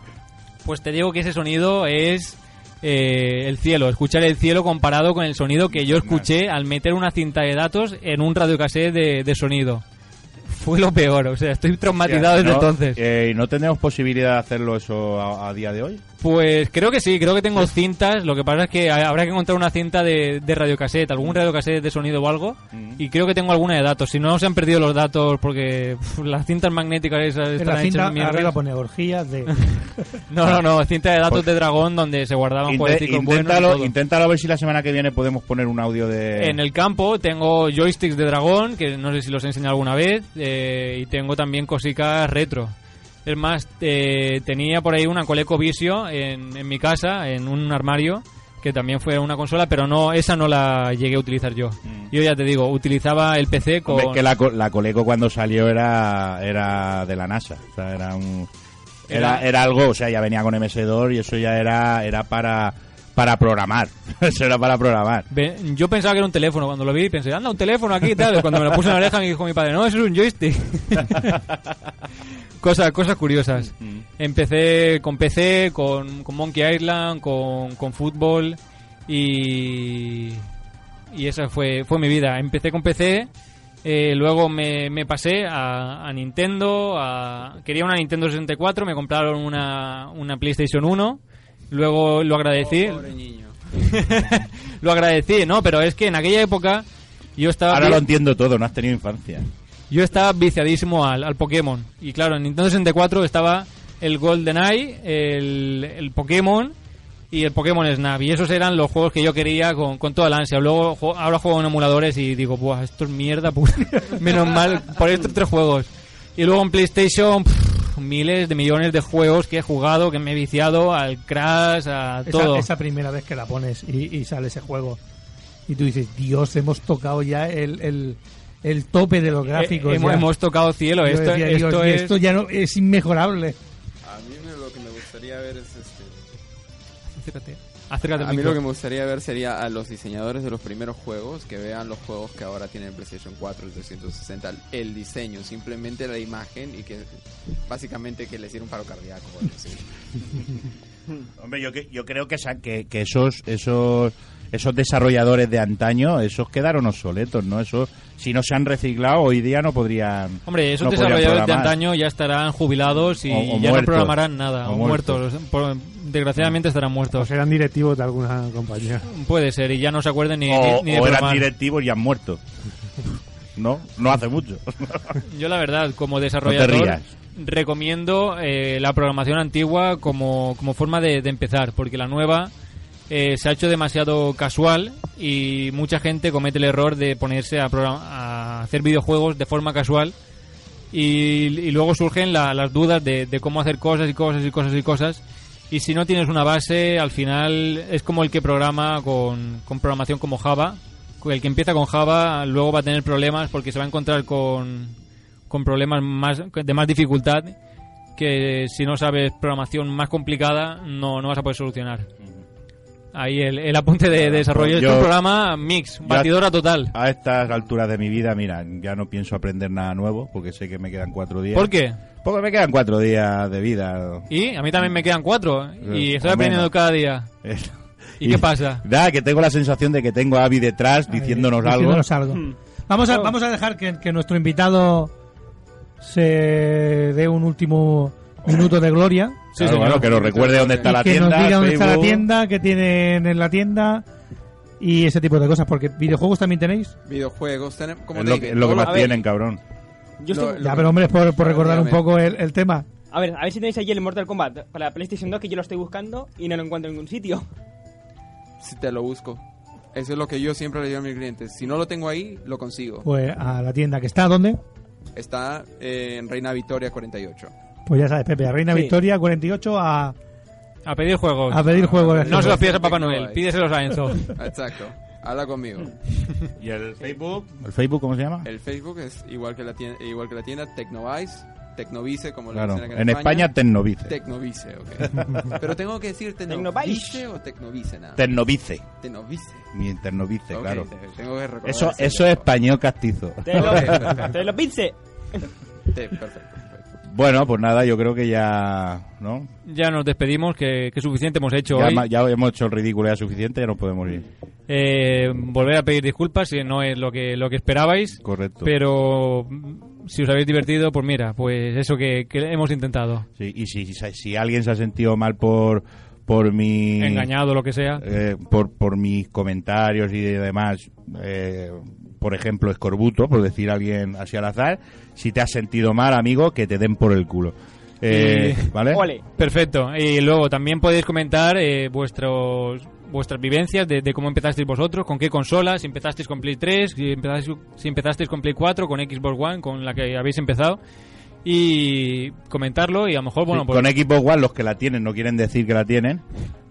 Speaker 5: pues te digo que ese sonido es eh, el cielo, escuchar el cielo comparado con el sonido que yo escuché al meter una cinta de datos en un radiocassette de, de sonido. Fue lo peor, o sea, estoy traumatizado desde
Speaker 7: ¿no?
Speaker 5: entonces.
Speaker 7: Eh, ¿y no tenemos posibilidad de hacerlo eso a- a día de hoy
Speaker 5: Pues creo que sí, creo que tengo cintas. Lo que pasa es que ha- habrá que encontrar una cinta de, de radiocassette, algún radiocassette de sonido o algo.
Speaker 7: Mm.
Speaker 5: Y creo que tengo alguna de datos. Si no, se han perdido los datos porque pf, las cintas magnéticas esas
Speaker 6: En
Speaker 5: están
Speaker 6: la
Speaker 5: hechas
Speaker 6: cinta
Speaker 5: de mierda.
Speaker 6: arriba pone orgías de...
Speaker 5: No, no, no, cinta de datos de dragón donde se guardaban
Speaker 7: Inte-
Speaker 5: jueguecitos buenos y
Speaker 7: inténtalo,
Speaker 5: todo.
Speaker 7: inténtalo a ver si la semana que viene podemos poner un audio de
Speaker 5: En el campo tengo joysticks de dragón, que no sé si los he enseñado alguna vez, eh, y tengo también cositas retro. Es más, eh, tenía por ahí una Coleco Visio en, en mi casa, en un armario, que también fue una consola, pero no esa no la llegué a utilizar yo. Yo ya te digo, utilizaba el PC con...
Speaker 7: Mm. Hombre, es que la, co- la Coleco cuando salió era, era de la NASA. O sea, era un. Era,
Speaker 5: Era-
Speaker 7: era algo, o sea, ya venía con MS2 y eso ya era, era para, para programar. Eso era para programar.
Speaker 5: Ve- Yo pensaba que era un teléfono, cuando lo vi pensé, anda, un teléfono aquí y tal. Y Cuando me lo puse en la oreja me dijo mi padre, no, eso es un joystick. cosas, cosas curiosas. Empecé con PC, con, con Monkey Island, con, con fútbol y, y esa fue, fue mi vida. Empecé con PC, eh, luego me, me pasé a, a Nintendo, a- quería una Nintendo 64, me compraron una, una PlayStation 1, luego lo agradecí. lo agradecí, ¿no? Pero es que en aquella época yo estaba...
Speaker 7: Ahora lo entiendo todo, no has tenido infancia.
Speaker 5: Yo estaba viciadísimo al, al Pokémon. Y claro, en Nintendo 64 estaba el GoldenEye, el, el Pokémon y el Pokémon Snap. Y esos eran los juegos que yo quería con, con toda la ansia. Luego jo- ahora juego en emuladores y digo, buah, esto es mierda, puta". Menos mal por estos tres juegos. Y luego en PlayStation, pff, miles de millones de juegos que he jugado, que me he viciado al Crash, a todo.
Speaker 6: Esa, esa primera vez que la pones y, y sale ese juego. Y tú dices, Dios, hemos tocado ya el, el, el tope de los gráficos.
Speaker 5: Eh, hemos,
Speaker 6: ya".
Speaker 5: hemos tocado cielo,
Speaker 6: Yo
Speaker 5: esto,
Speaker 6: decía, "Dios,
Speaker 5: esto
Speaker 6: y
Speaker 5: es...
Speaker 6: esto ya no, es inmejorable.
Speaker 9: A mí me- lo que me gustaría ver es este.
Speaker 5: Acércate al
Speaker 9: a mí
Speaker 5: micro.
Speaker 9: lo que me gustaría ver sería a los diseñadores de los primeros juegos que vean los juegos que ahora tienen el PlayStation 4, el 360, el diseño, simplemente la imagen y que básicamente que les diera un paro cardíaco. o algo así.
Speaker 7: Hombre, yo, que- yo creo que, esa- que, que esos, esos, esos desarrolladores de antaño, esos quedaron obsoletos, ¿no? Esos, si no se han reciclado, hoy día no podrían.
Speaker 5: Hombre, esos
Speaker 7: no podrían
Speaker 5: desarrolladores de
Speaker 7: programar.
Speaker 5: antaño ya estarán jubilados y
Speaker 7: O- o
Speaker 5: ya
Speaker 7: muertos.
Speaker 5: no programarán nada.
Speaker 7: O
Speaker 5: O muertos. Por- desgraciadamente estarán muertos.
Speaker 13: Serán directivos de alguna compañía.
Speaker 5: Puede ser, y ya no se acuerden ni,
Speaker 7: O,
Speaker 5: ni- ni de
Speaker 7: o eran
Speaker 5: programar.
Speaker 7: directivos y han muerto. No, no hace mucho.
Speaker 5: Yo la verdad, como desarrollador,
Speaker 7: rías.
Speaker 5: recomiendo eh, la programación antigua como, como forma de, de empezar, porque la nueva eh, se ha hecho demasiado casual y mucha gente comete el error de ponerse a, program- a hacer videojuegos de forma casual y, y luego surgen la- las dudas de, de cómo hacer cosas y cosas y cosas y cosas. Y si no tienes una base, al final es como el que programa con, con programación como Java. El que empieza con Java luego va a tener problemas porque se va a encontrar con, con problemas más, de más dificultad que si no sabes programación más complicada no, no vas a poder solucionar. Ahí el, el apunte de, de desarrollo.
Speaker 7: Pues Yo- Ah,
Speaker 5: es un programa mix,
Speaker 7: yo
Speaker 5: batidora
Speaker 7: a-
Speaker 5: total.
Speaker 7: A estas alturas de mi vida, mira, ya no pienso aprender nada nuevo porque sé que me quedan cuatro días.
Speaker 5: ¿Por qué?
Speaker 7: Porque me quedan cuatro días de vida.
Speaker 5: Y a mí también me quedan cuatro y
Speaker 7: Eh,
Speaker 5: estoy
Speaker 7: o
Speaker 5: aprendiendo
Speaker 7: menos.
Speaker 5: cada día. ¿Y qué pasa?
Speaker 7: Da, que tengo la sensación de que tengo a Abby detrás diciéndonos algo.
Speaker 6: diciéndonos algo.
Speaker 5: Hmm.
Speaker 6: Vamos a, vamos a dejar que, que nuestro invitado se dé un último minuto de gloria.
Speaker 7: Sí, Claro, señor. bueno, que nos recuerde dónde está
Speaker 6: Y
Speaker 7: la
Speaker 6: que
Speaker 7: tienda,
Speaker 6: nos diga dónde está la
Speaker 7: Facebook.
Speaker 6: tienda, qué tienen en la tienda. y ese tipo de cosas, porque videojuegos también tenéis.
Speaker 9: Videojuegos, tenemos, como
Speaker 7: Es
Speaker 9: te
Speaker 7: lo,
Speaker 9: dije,
Speaker 7: que- es lo que
Speaker 9: todo-
Speaker 7: más tienen, cabrón.
Speaker 8: Yo estoy-
Speaker 6: ya, pero hombre, es por, por recordar un poco el, el tema.
Speaker 8: A ver, a ver si tenéis allí el Mortal Kombat para PlayStation 2 que yo lo estoy buscando y no lo encuentro en ningún sitio.
Speaker 9: Si te lo busco. Eso es lo que yo siempre le digo a mis clientes. Si no lo tengo ahí, lo consigo.
Speaker 6: Pues a la tienda que está, ¿dónde?
Speaker 9: Está eh, en Reina Victoria 48.
Speaker 6: Pues ya sabes, Pepe, a Reina
Speaker 9: Sí.
Speaker 6: Victoria 48 a...
Speaker 5: A pedir juegos.
Speaker 6: A pedir juegos.
Speaker 5: No se los pides a Papá
Speaker 9: Tengo
Speaker 5: Noel,
Speaker 9: ahí.
Speaker 5: pídeselos a Enzo.
Speaker 9: Exacto. Habla conmigo.
Speaker 7: ¿Y el Facebook? ¿El Facebook cómo se llama?
Speaker 9: El Facebook es igual que la tienda, igual que la tienda Tecnovice, Tecnovice como
Speaker 7: Claro.
Speaker 9: lo dicen acá
Speaker 7: En España, Tecnovice.
Speaker 9: Tecnovice, ok. Pero tengo que decir Tecnovice o Tecnovice nada.
Speaker 7: Ternovice.
Speaker 9: Tecnovice.
Speaker 7: Mi internovice,
Speaker 9: Ok,
Speaker 7: claro.
Speaker 9: te- tengo que recordar
Speaker 7: eso
Speaker 9: ese
Speaker 7: eso es español castizo.
Speaker 8: ¡Te lo pince!
Speaker 9: Sí, perfecto.
Speaker 7: bueno, pues nada, yo creo que ya. ¿No?
Speaker 5: Ya nos despedimos, que, que suficiente hemos hecho
Speaker 7: Ya,
Speaker 5: hoy.
Speaker 7: ma- ya hemos hecho el ridículo ya suficiente, ya nos podemos ir.
Speaker 5: Eh, volver a pedir disculpas si no es lo que, lo que esperabais.
Speaker 7: Correcto.
Speaker 5: Pero mm, si os habéis divertido, pues mira, pues eso que, que hemos intentado.
Speaker 7: Sí, y si, si- si alguien se ha sentido mal por, por mi.
Speaker 5: Engañado, lo que sea.
Speaker 7: eh, por, por mis comentarios y demás, eh, por ejemplo, escorbuto, por decir a alguien así al azar, si te has sentido mal, amigo, que te den por el culo. Eh,
Speaker 5: Y-
Speaker 7: ¿Vale?
Speaker 5: Perfecto. Y luego también podéis comentar eh, vuestros vuestras vivencias de, de cómo empezasteis vosotros, con qué consolas, si empezasteis con Play 3, si empezasteis, si empezasteis con Play 4, con Xbox One, con la que habéis empezado, y comentarlo y a lo mejor, bueno,
Speaker 7: Sí,
Speaker 5: pues...
Speaker 7: Con equipo One los que la tienen no quieren decir que la tienen.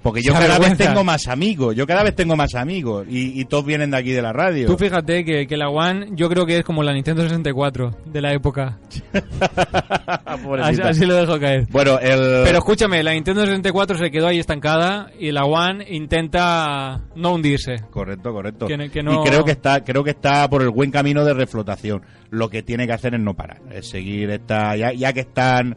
Speaker 7: Porque yo
Speaker 5: Se
Speaker 7: cada vez
Speaker 5: avergüenzan.
Speaker 7: tengo más amigos, yo cada vez tengo más amigos y, y todos vienen de aquí de la radio.
Speaker 5: Tú fíjate que, que la One yo creo que es como la Nintendo 64 de la época. así, así lo dejo caer.
Speaker 7: Bueno, el...
Speaker 5: Pero escúchame, la Nintendo 64 se quedó ahí estancada y la One intenta no hundirse.
Speaker 7: Correcto, correcto.
Speaker 5: Que no- que no-
Speaker 7: Y creo que está, creo que está por el buen camino de reflotación. Lo que tiene que hacer es no parar, es seguir esta, ya, ya que están,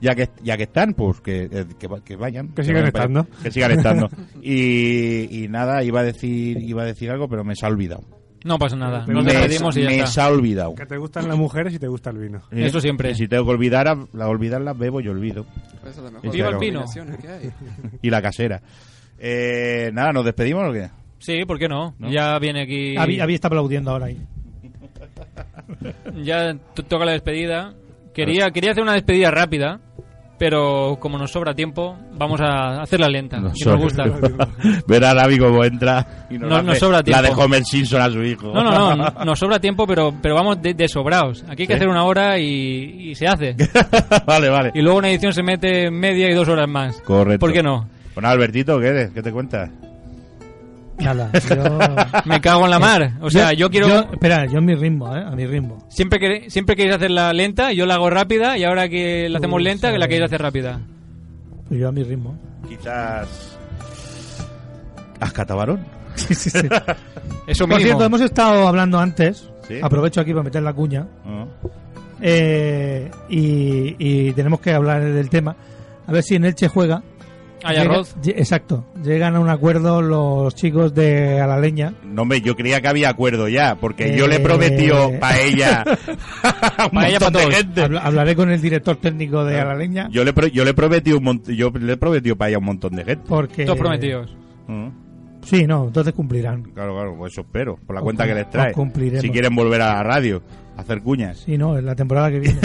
Speaker 7: ya que ya que están, pues que, eh, que, va- que vayan,
Speaker 13: Que sigan
Speaker 7: vayan para-
Speaker 13: estando.
Speaker 7: que sigan estando. y, y nada, iba a decir, iba a decir algo, pero me se ha olvidado.
Speaker 5: No pasa nada.
Speaker 7: Pero
Speaker 5: Nos
Speaker 7: me-
Speaker 5: despedimos y ya
Speaker 7: me
Speaker 5: está.
Speaker 7: se ha olvidado.
Speaker 13: Que te gustan las mujeres y te gusta el vino.
Speaker 7: Eh, y Si tengo que olvidar, a- la olvidarlas bebo y olvido.
Speaker 9: Esa es la mejor
Speaker 7: Y se
Speaker 5: Viva el
Speaker 7: acabó.
Speaker 5: pino.
Speaker 7: Y la casera. Eh, nada, nos despedimos o qué?
Speaker 5: Sí, ¿por qué no? Ya viene aquí.
Speaker 6: Avi, Avi está aplaudiendo ahora ahí.
Speaker 5: Ya to- toca la despedida. Quería, quería hacer una despedida rápida, pero como nos sobra tiempo, vamos a hacerla lenta.
Speaker 7: No
Speaker 5: si nos gusta.
Speaker 7: sobra. Ver a Navi cómo entra. Y
Speaker 5: No-
Speaker 7: la
Speaker 5: nos
Speaker 7: hace-
Speaker 5: sobra tiempo.
Speaker 7: La de Homer Simpson a su hijo.
Speaker 5: No, no, no, nos sobra tiempo, pero, pero vamos de, de sobraos. Aquí hay que
Speaker 7: ¿Sí?
Speaker 5: hacer una hora y, y se hace.
Speaker 7: vale, vale.
Speaker 5: Y luego una edición se mete media y dos horas más.
Speaker 7: Correcto.
Speaker 5: ¿Por qué no?
Speaker 7: Bueno, Albertito, ¿qué eres? ¿Qué te cuentas?
Speaker 6: Nada, yo...
Speaker 5: Me cago en la mar. O sea, yo quiero-
Speaker 6: espera, yo a mi ritmo, ¿eh? A mi ritmo.
Speaker 5: Siempre, quere- siempre queréis hacerla lenta, yo la hago rápida y ahora que la hacemos
Speaker 6: Uy,
Speaker 5: lenta, que la
Speaker 6: sabes.
Speaker 5: queréis hacer rápida.
Speaker 6: Pues yo a mi ritmo.
Speaker 7: Quizás. ¿Ascatabarón?
Speaker 6: Sí, sí, sí.
Speaker 5: Eso
Speaker 6: Por
Speaker 5: mismo.
Speaker 6: cierto, hemos estado hablando antes.
Speaker 7: Sí.
Speaker 6: Aprovecho aquí para meter la cuña. Eh, y, y tenemos que hablar del tema. A ver si en Elche juega.
Speaker 5: Hay
Speaker 6: Llega-
Speaker 5: arroz.
Speaker 6: lle- exacto. Llegan a un acuerdo los chicos de Alaleña.
Speaker 7: No, hombre, yo creía que había acuerdo ya, porque yo
Speaker 6: Eh,
Speaker 7: le prometí paella. a un
Speaker 5: Paella
Speaker 7: montón
Speaker 5: pa'
Speaker 7: de
Speaker 5: todos.
Speaker 7: gente.
Speaker 6: Habla- hablaré con el director técnico de
Speaker 7: Claro.
Speaker 6: Alaleña.
Speaker 7: Yo le, pro- yo le prometí un mont- yo le prometí paella a un montón de gente.
Speaker 6: Porque.
Speaker 5: Dos prometidos.
Speaker 7: Mm,
Speaker 6: Sí, no, entonces cumplirán.
Speaker 7: Claro, claro, pues eso espero, por la
Speaker 6: Os
Speaker 7: cuenta
Speaker 6: cum-
Speaker 7: que les trae.
Speaker 6: os cumpliremos.
Speaker 7: Si quieren volver a la radio, a hacer cuñas.
Speaker 6: Sí, no, en la temporada que viene.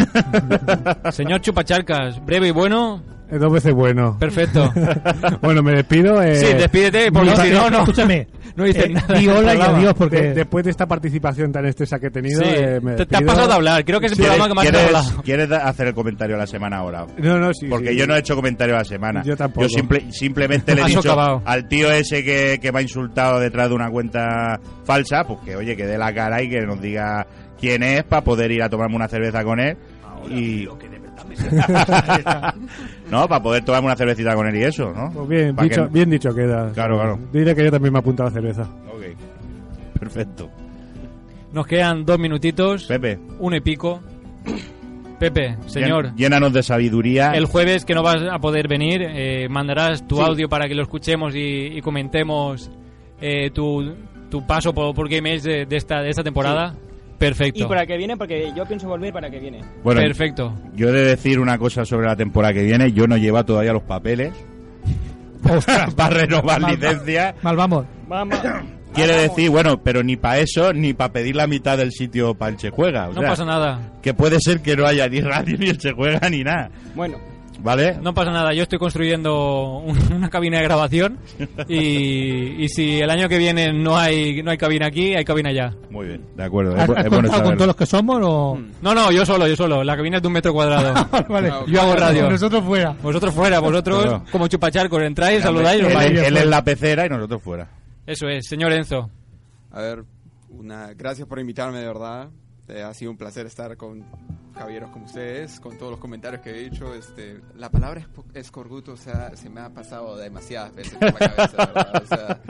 Speaker 5: Señor Chupacharcas, breve y bueno,
Speaker 13: Es dos veces bueno.
Speaker 5: perfecto.
Speaker 13: bueno, me despido. eh,
Speaker 5: Sí, despídete, porque
Speaker 6: Escucha-
Speaker 5: si no, no.
Speaker 6: Escúchame.
Speaker 5: No dices
Speaker 6: Eh,
Speaker 5: nada.
Speaker 6: di hola y
Speaker 5: Programa.
Speaker 6: adiós, porque.
Speaker 13: de- después de esta participación tan estesa que he tenido,
Speaker 5: Sí,
Speaker 13: eh, me
Speaker 5: te- te has
Speaker 13: despido.
Speaker 5: pasado de hablar. Creo que es el programa que más te ha
Speaker 7: ¿Quieres,
Speaker 5: volado.
Speaker 7: quieres da- hacer el comentario de la semana ahora?
Speaker 13: No, no, sí.
Speaker 7: Porque
Speaker 13: sí.
Speaker 7: yo no he hecho comentario a la semana.
Speaker 13: Yo tampoco.
Speaker 7: simple- simplemente le he
Speaker 5: Has
Speaker 7: dicho
Speaker 5: socavado.
Speaker 7: al tío ese que, que me ha insultado detrás de una cuenta falsa, pues que oye, que dé la cara y que nos diga quién es para poder ir a tomarme una cerveza con él. y... no, para poder tomarme una cervecita con él y eso, ¿no?
Speaker 13: Pues bien,
Speaker 7: Pa' que-
Speaker 13: dicho, bien dicho queda.
Speaker 7: Claro, claro.
Speaker 13: Dile que yo también me apunto a la cerveza.
Speaker 7: Ok. Perfecto.
Speaker 5: Nos quedan dos minutitos,
Speaker 7: Pepe,
Speaker 5: uno y pico. Pepe, señor,
Speaker 7: llen- llénanos de sabiduría.
Speaker 5: el jueves que no vas a poder venir, eh, mandarás tu
Speaker 13: Sí.
Speaker 5: audio para que lo escuchemos y, y comentemos eh, tu, tu paso por, por Game Edge de, de esta, de esta temporada.
Speaker 8: Y
Speaker 5: Perfecto.
Speaker 8: para que viene, porque yo pienso volver para que viene.
Speaker 7: Bueno,
Speaker 5: Perfecto.
Speaker 7: Yo he de decir una cosa sobre la temporada que viene. Yo no llevo todavía los papeles
Speaker 6: Ostras,
Speaker 7: para renovar
Speaker 6: mal-
Speaker 7: licencia.
Speaker 6: Mal vamos.
Speaker 8: Vamos.
Speaker 7: Quiere decir, bueno, pero ni para eso, ni para pedir la mitad del sitio para el Se Juega. o
Speaker 5: No
Speaker 7: sea,
Speaker 5: pasa nada.
Speaker 7: Que puede ser que no haya ni radio, ni el Se Juega, ni nada.
Speaker 8: Bueno,
Speaker 7: ¿Vale?
Speaker 5: No pasa nada, yo estoy construyendo un- una cabina de grabación y, y si el año que viene no hay no hay cabina aquí, hay cabina allá.
Speaker 7: Muy bien, de acuerdo.
Speaker 6: ¿Has,
Speaker 7: es bu-
Speaker 6: has
Speaker 7: es
Speaker 6: contado con
Speaker 7: bueno saberlo. Mm.
Speaker 6: todos los que somos o...?
Speaker 5: No, no, yo solo, yo solo. La cabina es de un metro cuadrado.
Speaker 6: Vale.
Speaker 5: Yo hago radio.
Speaker 6: Nosotros fuera.
Speaker 5: Vosotros fuera, vosotros
Speaker 7: Claro.
Speaker 5: como chupacharcos, entráis,
Speaker 7: Él-
Speaker 5: saludáis y os vais.
Speaker 7: él, él en la pecera y nosotros fuera.
Speaker 5: Eso es, señor Enzo.
Speaker 9: A ver, una gracias por invitarme, de verdad. Eh, ha sido un placer estar con caballeros como ustedes, con todos los comentarios que he dicho. Este, la palabra esco- escorbuto o sea, se me ha pasado demasiadas veces por la cabeza, de ¿verdad? O sea,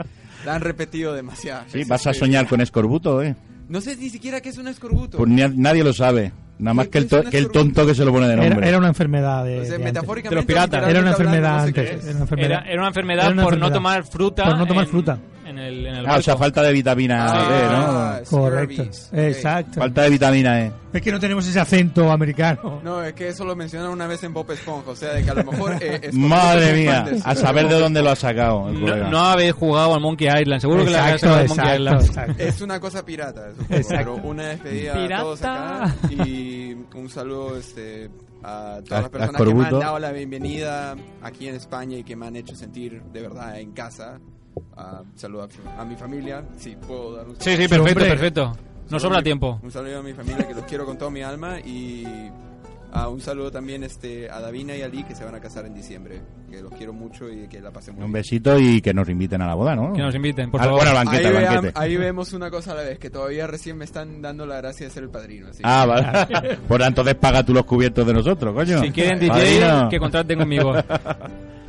Speaker 9: la han repetido demasiadas
Speaker 7: Sí,
Speaker 9: veces,
Speaker 7: vas a
Speaker 9: sí.
Speaker 7: soñar con escorbuto, ¿eh?
Speaker 9: No sé ni siquiera qué es un escorbuto.
Speaker 7: Pues ni a- nadie lo sabe. Nada más que el, to- que el tonto que se lo pone de nombre.
Speaker 6: Era, era una enfermedad de,
Speaker 9: O sea,
Speaker 6: de antes.
Speaker 9: metafóricamente, De los
Speaker 5: piratas.
Speaker 6: Era una
Speaker 5: literalmente
Speaker 6: enfermedad
Speaker 5: hablando, no sé
Speaker 6: antes.
Speaker 5: qué
Speaker 6: Era una
Speaker 5: es.
Speaker 6: enfermedad,
Speaker 5: Era- era una enfermedad por no tomar fruta
Speaker 6: Por no tomar
Speaker 5: en-
Speaker 6: fruta.
Speaker 5: En el, en el
Speaker 7: Ah, o sea,
Speaker 5: barco.
Speaker 7: falta de vitamina E,
Speaker 9: Ah,
Speaker 7: ¿no?
Speaker 6: Correcto. Exacto.
Speaker 7: Falta de vitamina E.
Speaker 6: Es que no tenemos ese acento americano.
Speaker 9: No, es que eso lo mencionaron una vez en Bob Esponja, o sea, de que a lo mejor... eh, escorbuto
Speaker 7: Madre
Speaker 9: es
Speaker 7: mía,
Speaker 9: antes.
Speaker 7: a saber de dónde lo ha sacado
Speaker 5: No,
Speaker 7: el colega.
Speaker 5: no habéis jugado al Monkey Island, seguro que la habéis
Speaker 7: Exacto,
Speaker 5: jugado al Monkey Island.
Speaker 7: exacto,
Speaker 9: Es una cosa pirata, supongo,
Speaker 7: Exacto.
Speaker 9: pero una despedida
Speaker 5: Pirata.
Speaker 9: a todos acá y un saludo este, a
Speaker 7: A-
Speaker 9: todas
Speaker 7: a
Speaker 9: las personas que me han
Speaker 7: Corbuto.
Speaker 9: dado la bienvenida aquí en España y que me han hecho sentir de verdad en casa. Ah, saludo a, a mi familia, si puedo dar un
Speaker 5: Sí,
Speaker 9: saludo.
Speaker 5: sí, perfecto, perfecto. No
Speaker 9: Saludo
Speaker 5: sobra
Speaker 9: a mi-
Speaker 5: tiempo.
Speaker 9: Un saludo a mi familia que los quiero con toda mi alma y ah, un saludo también este, a Davina y a Lee que se van a casar en diciembre. Que los quiero mucho y que la pasen muy bien.
Speaker 7: Un besito y que nos inviten a la boda, ¿no?
Speaker 5: Que nos inviten, por
Speaker 7: Al-
Speaker 5: favor.
Speaker 7: Bueno, al banquete,
Speaker 9: ahí,
Speaker 7: al
Speaker 9: vean-
Speaker 7: banquete.
Speaker 9: ahí vemos una cosa a la vez, que todavía recién me están dando la gracia de ser el padrino. así
Speaker 7: Ah,
Speaker 9: que-
Speaker 7: vale. Por tanto, entonces paga tú los cubiertos de nosotros, coño.
Speaker 5: Si quieren DJ,
Speaker 7: Padrino.
Speaker 5: que contraten conmigo.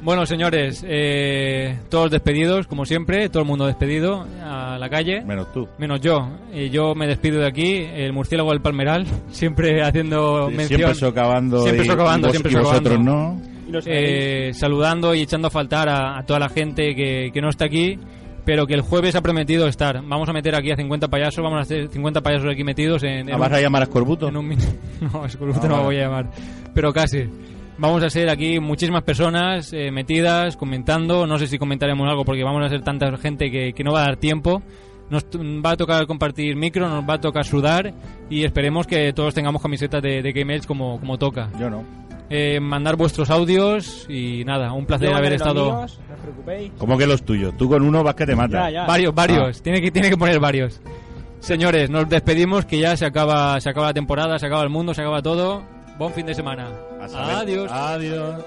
Speaker 5: Bueno, señores, eh, todos despedidos, como siempre, todo el mundo despedido a la calle.
Speaker 7: Menos tú.
Speaker 5: Menos yo. Y yo me despido de aquí, el murciélago del Palmeral, siempre haciendo
Speaker 7: Sí,
Speaker 5: mención.
Speaker 7: siempre socavando
Speaker 5: Siempre
Speaker 7: y-
Speaker 5: socavando,
Speaker 7: y vos-
Speaker 5: siempre
Speaker 7: y vosotros
Speaker 5: socavando.
Speaker 7: no.
Speaker 8: Y los
Speaker 5: Eh, saludando y echando a faltar a, a toda la gente que, que no está aquí, pero que el jueves ha prometido estar. Vamos a meter aquí a 50 payasos, vamos a hacer 50 payasos aquí metidos en... en
Speaker 7: Ah, ¿Vas
Speaker 5: un-
Speaker 7: a llamar a Escorbuto?
Speaker 5: No, escorbuto
Speaker 7: Ah,
Speaker 5: no lo
Speaker 7: vale.
Speaker 5: voy a llamar, pero casi. Vamos a ser aquí muchísimas personas eh, metidas, comentando. No sé si comentaremos algo porque vamos a ser tanta gente que, que no va a dar tiempo. Nos t- va a tocar compartir micro, nos va a tocar sudar y esperemos que todos tengamos camisetas de, de Game Edge como, como toca.
Speaker 7: Yo no.
Speaker 5: Eh, mandar vuestros audios y nada, un placer
Speaker 8: Yo
Speaker 5: haber
Speaker 8: mandaré los
Speaker 5: estado.
Speaker 8: míos, no os preocupéis.
Speaker 7: ¿Cómo que los tuyos? Tú con uno vas que te matas.
Speaker 8: Ya, ya.
Speaker 5: Varios, varios. Tiene, que, tiene que poner varios. Señores, nos despedimos que ya se acaba, se acaba la temporada, se acaba el mundo, se acaba todo. Buen fin de semana.
Speaker 7: saber.
Speaker 5: Adiós.
Speaker 7: Adiós.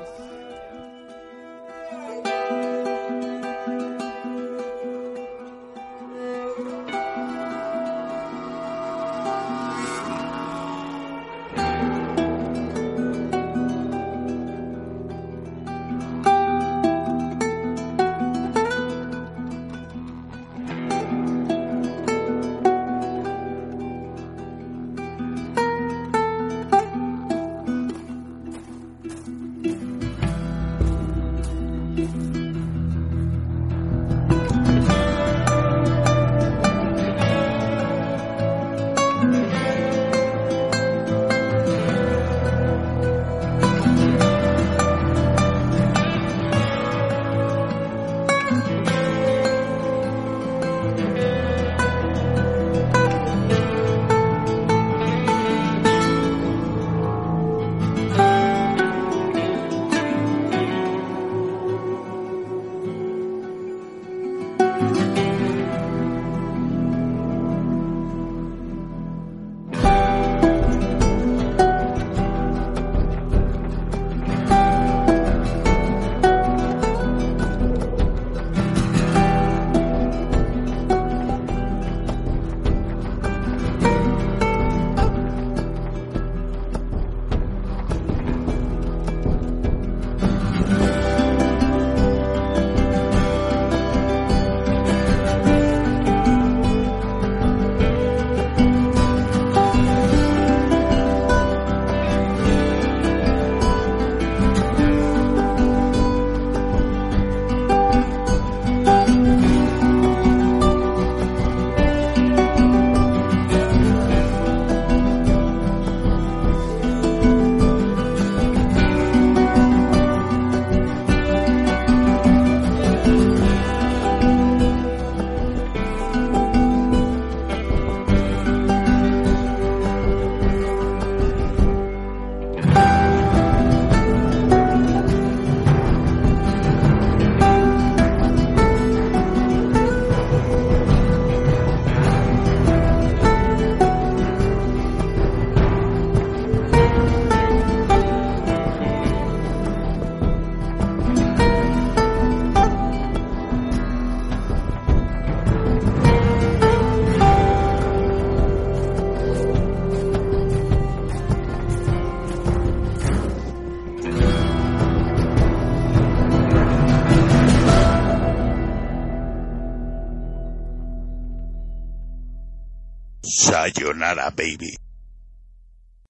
Speaker 19: Sayonara, baby.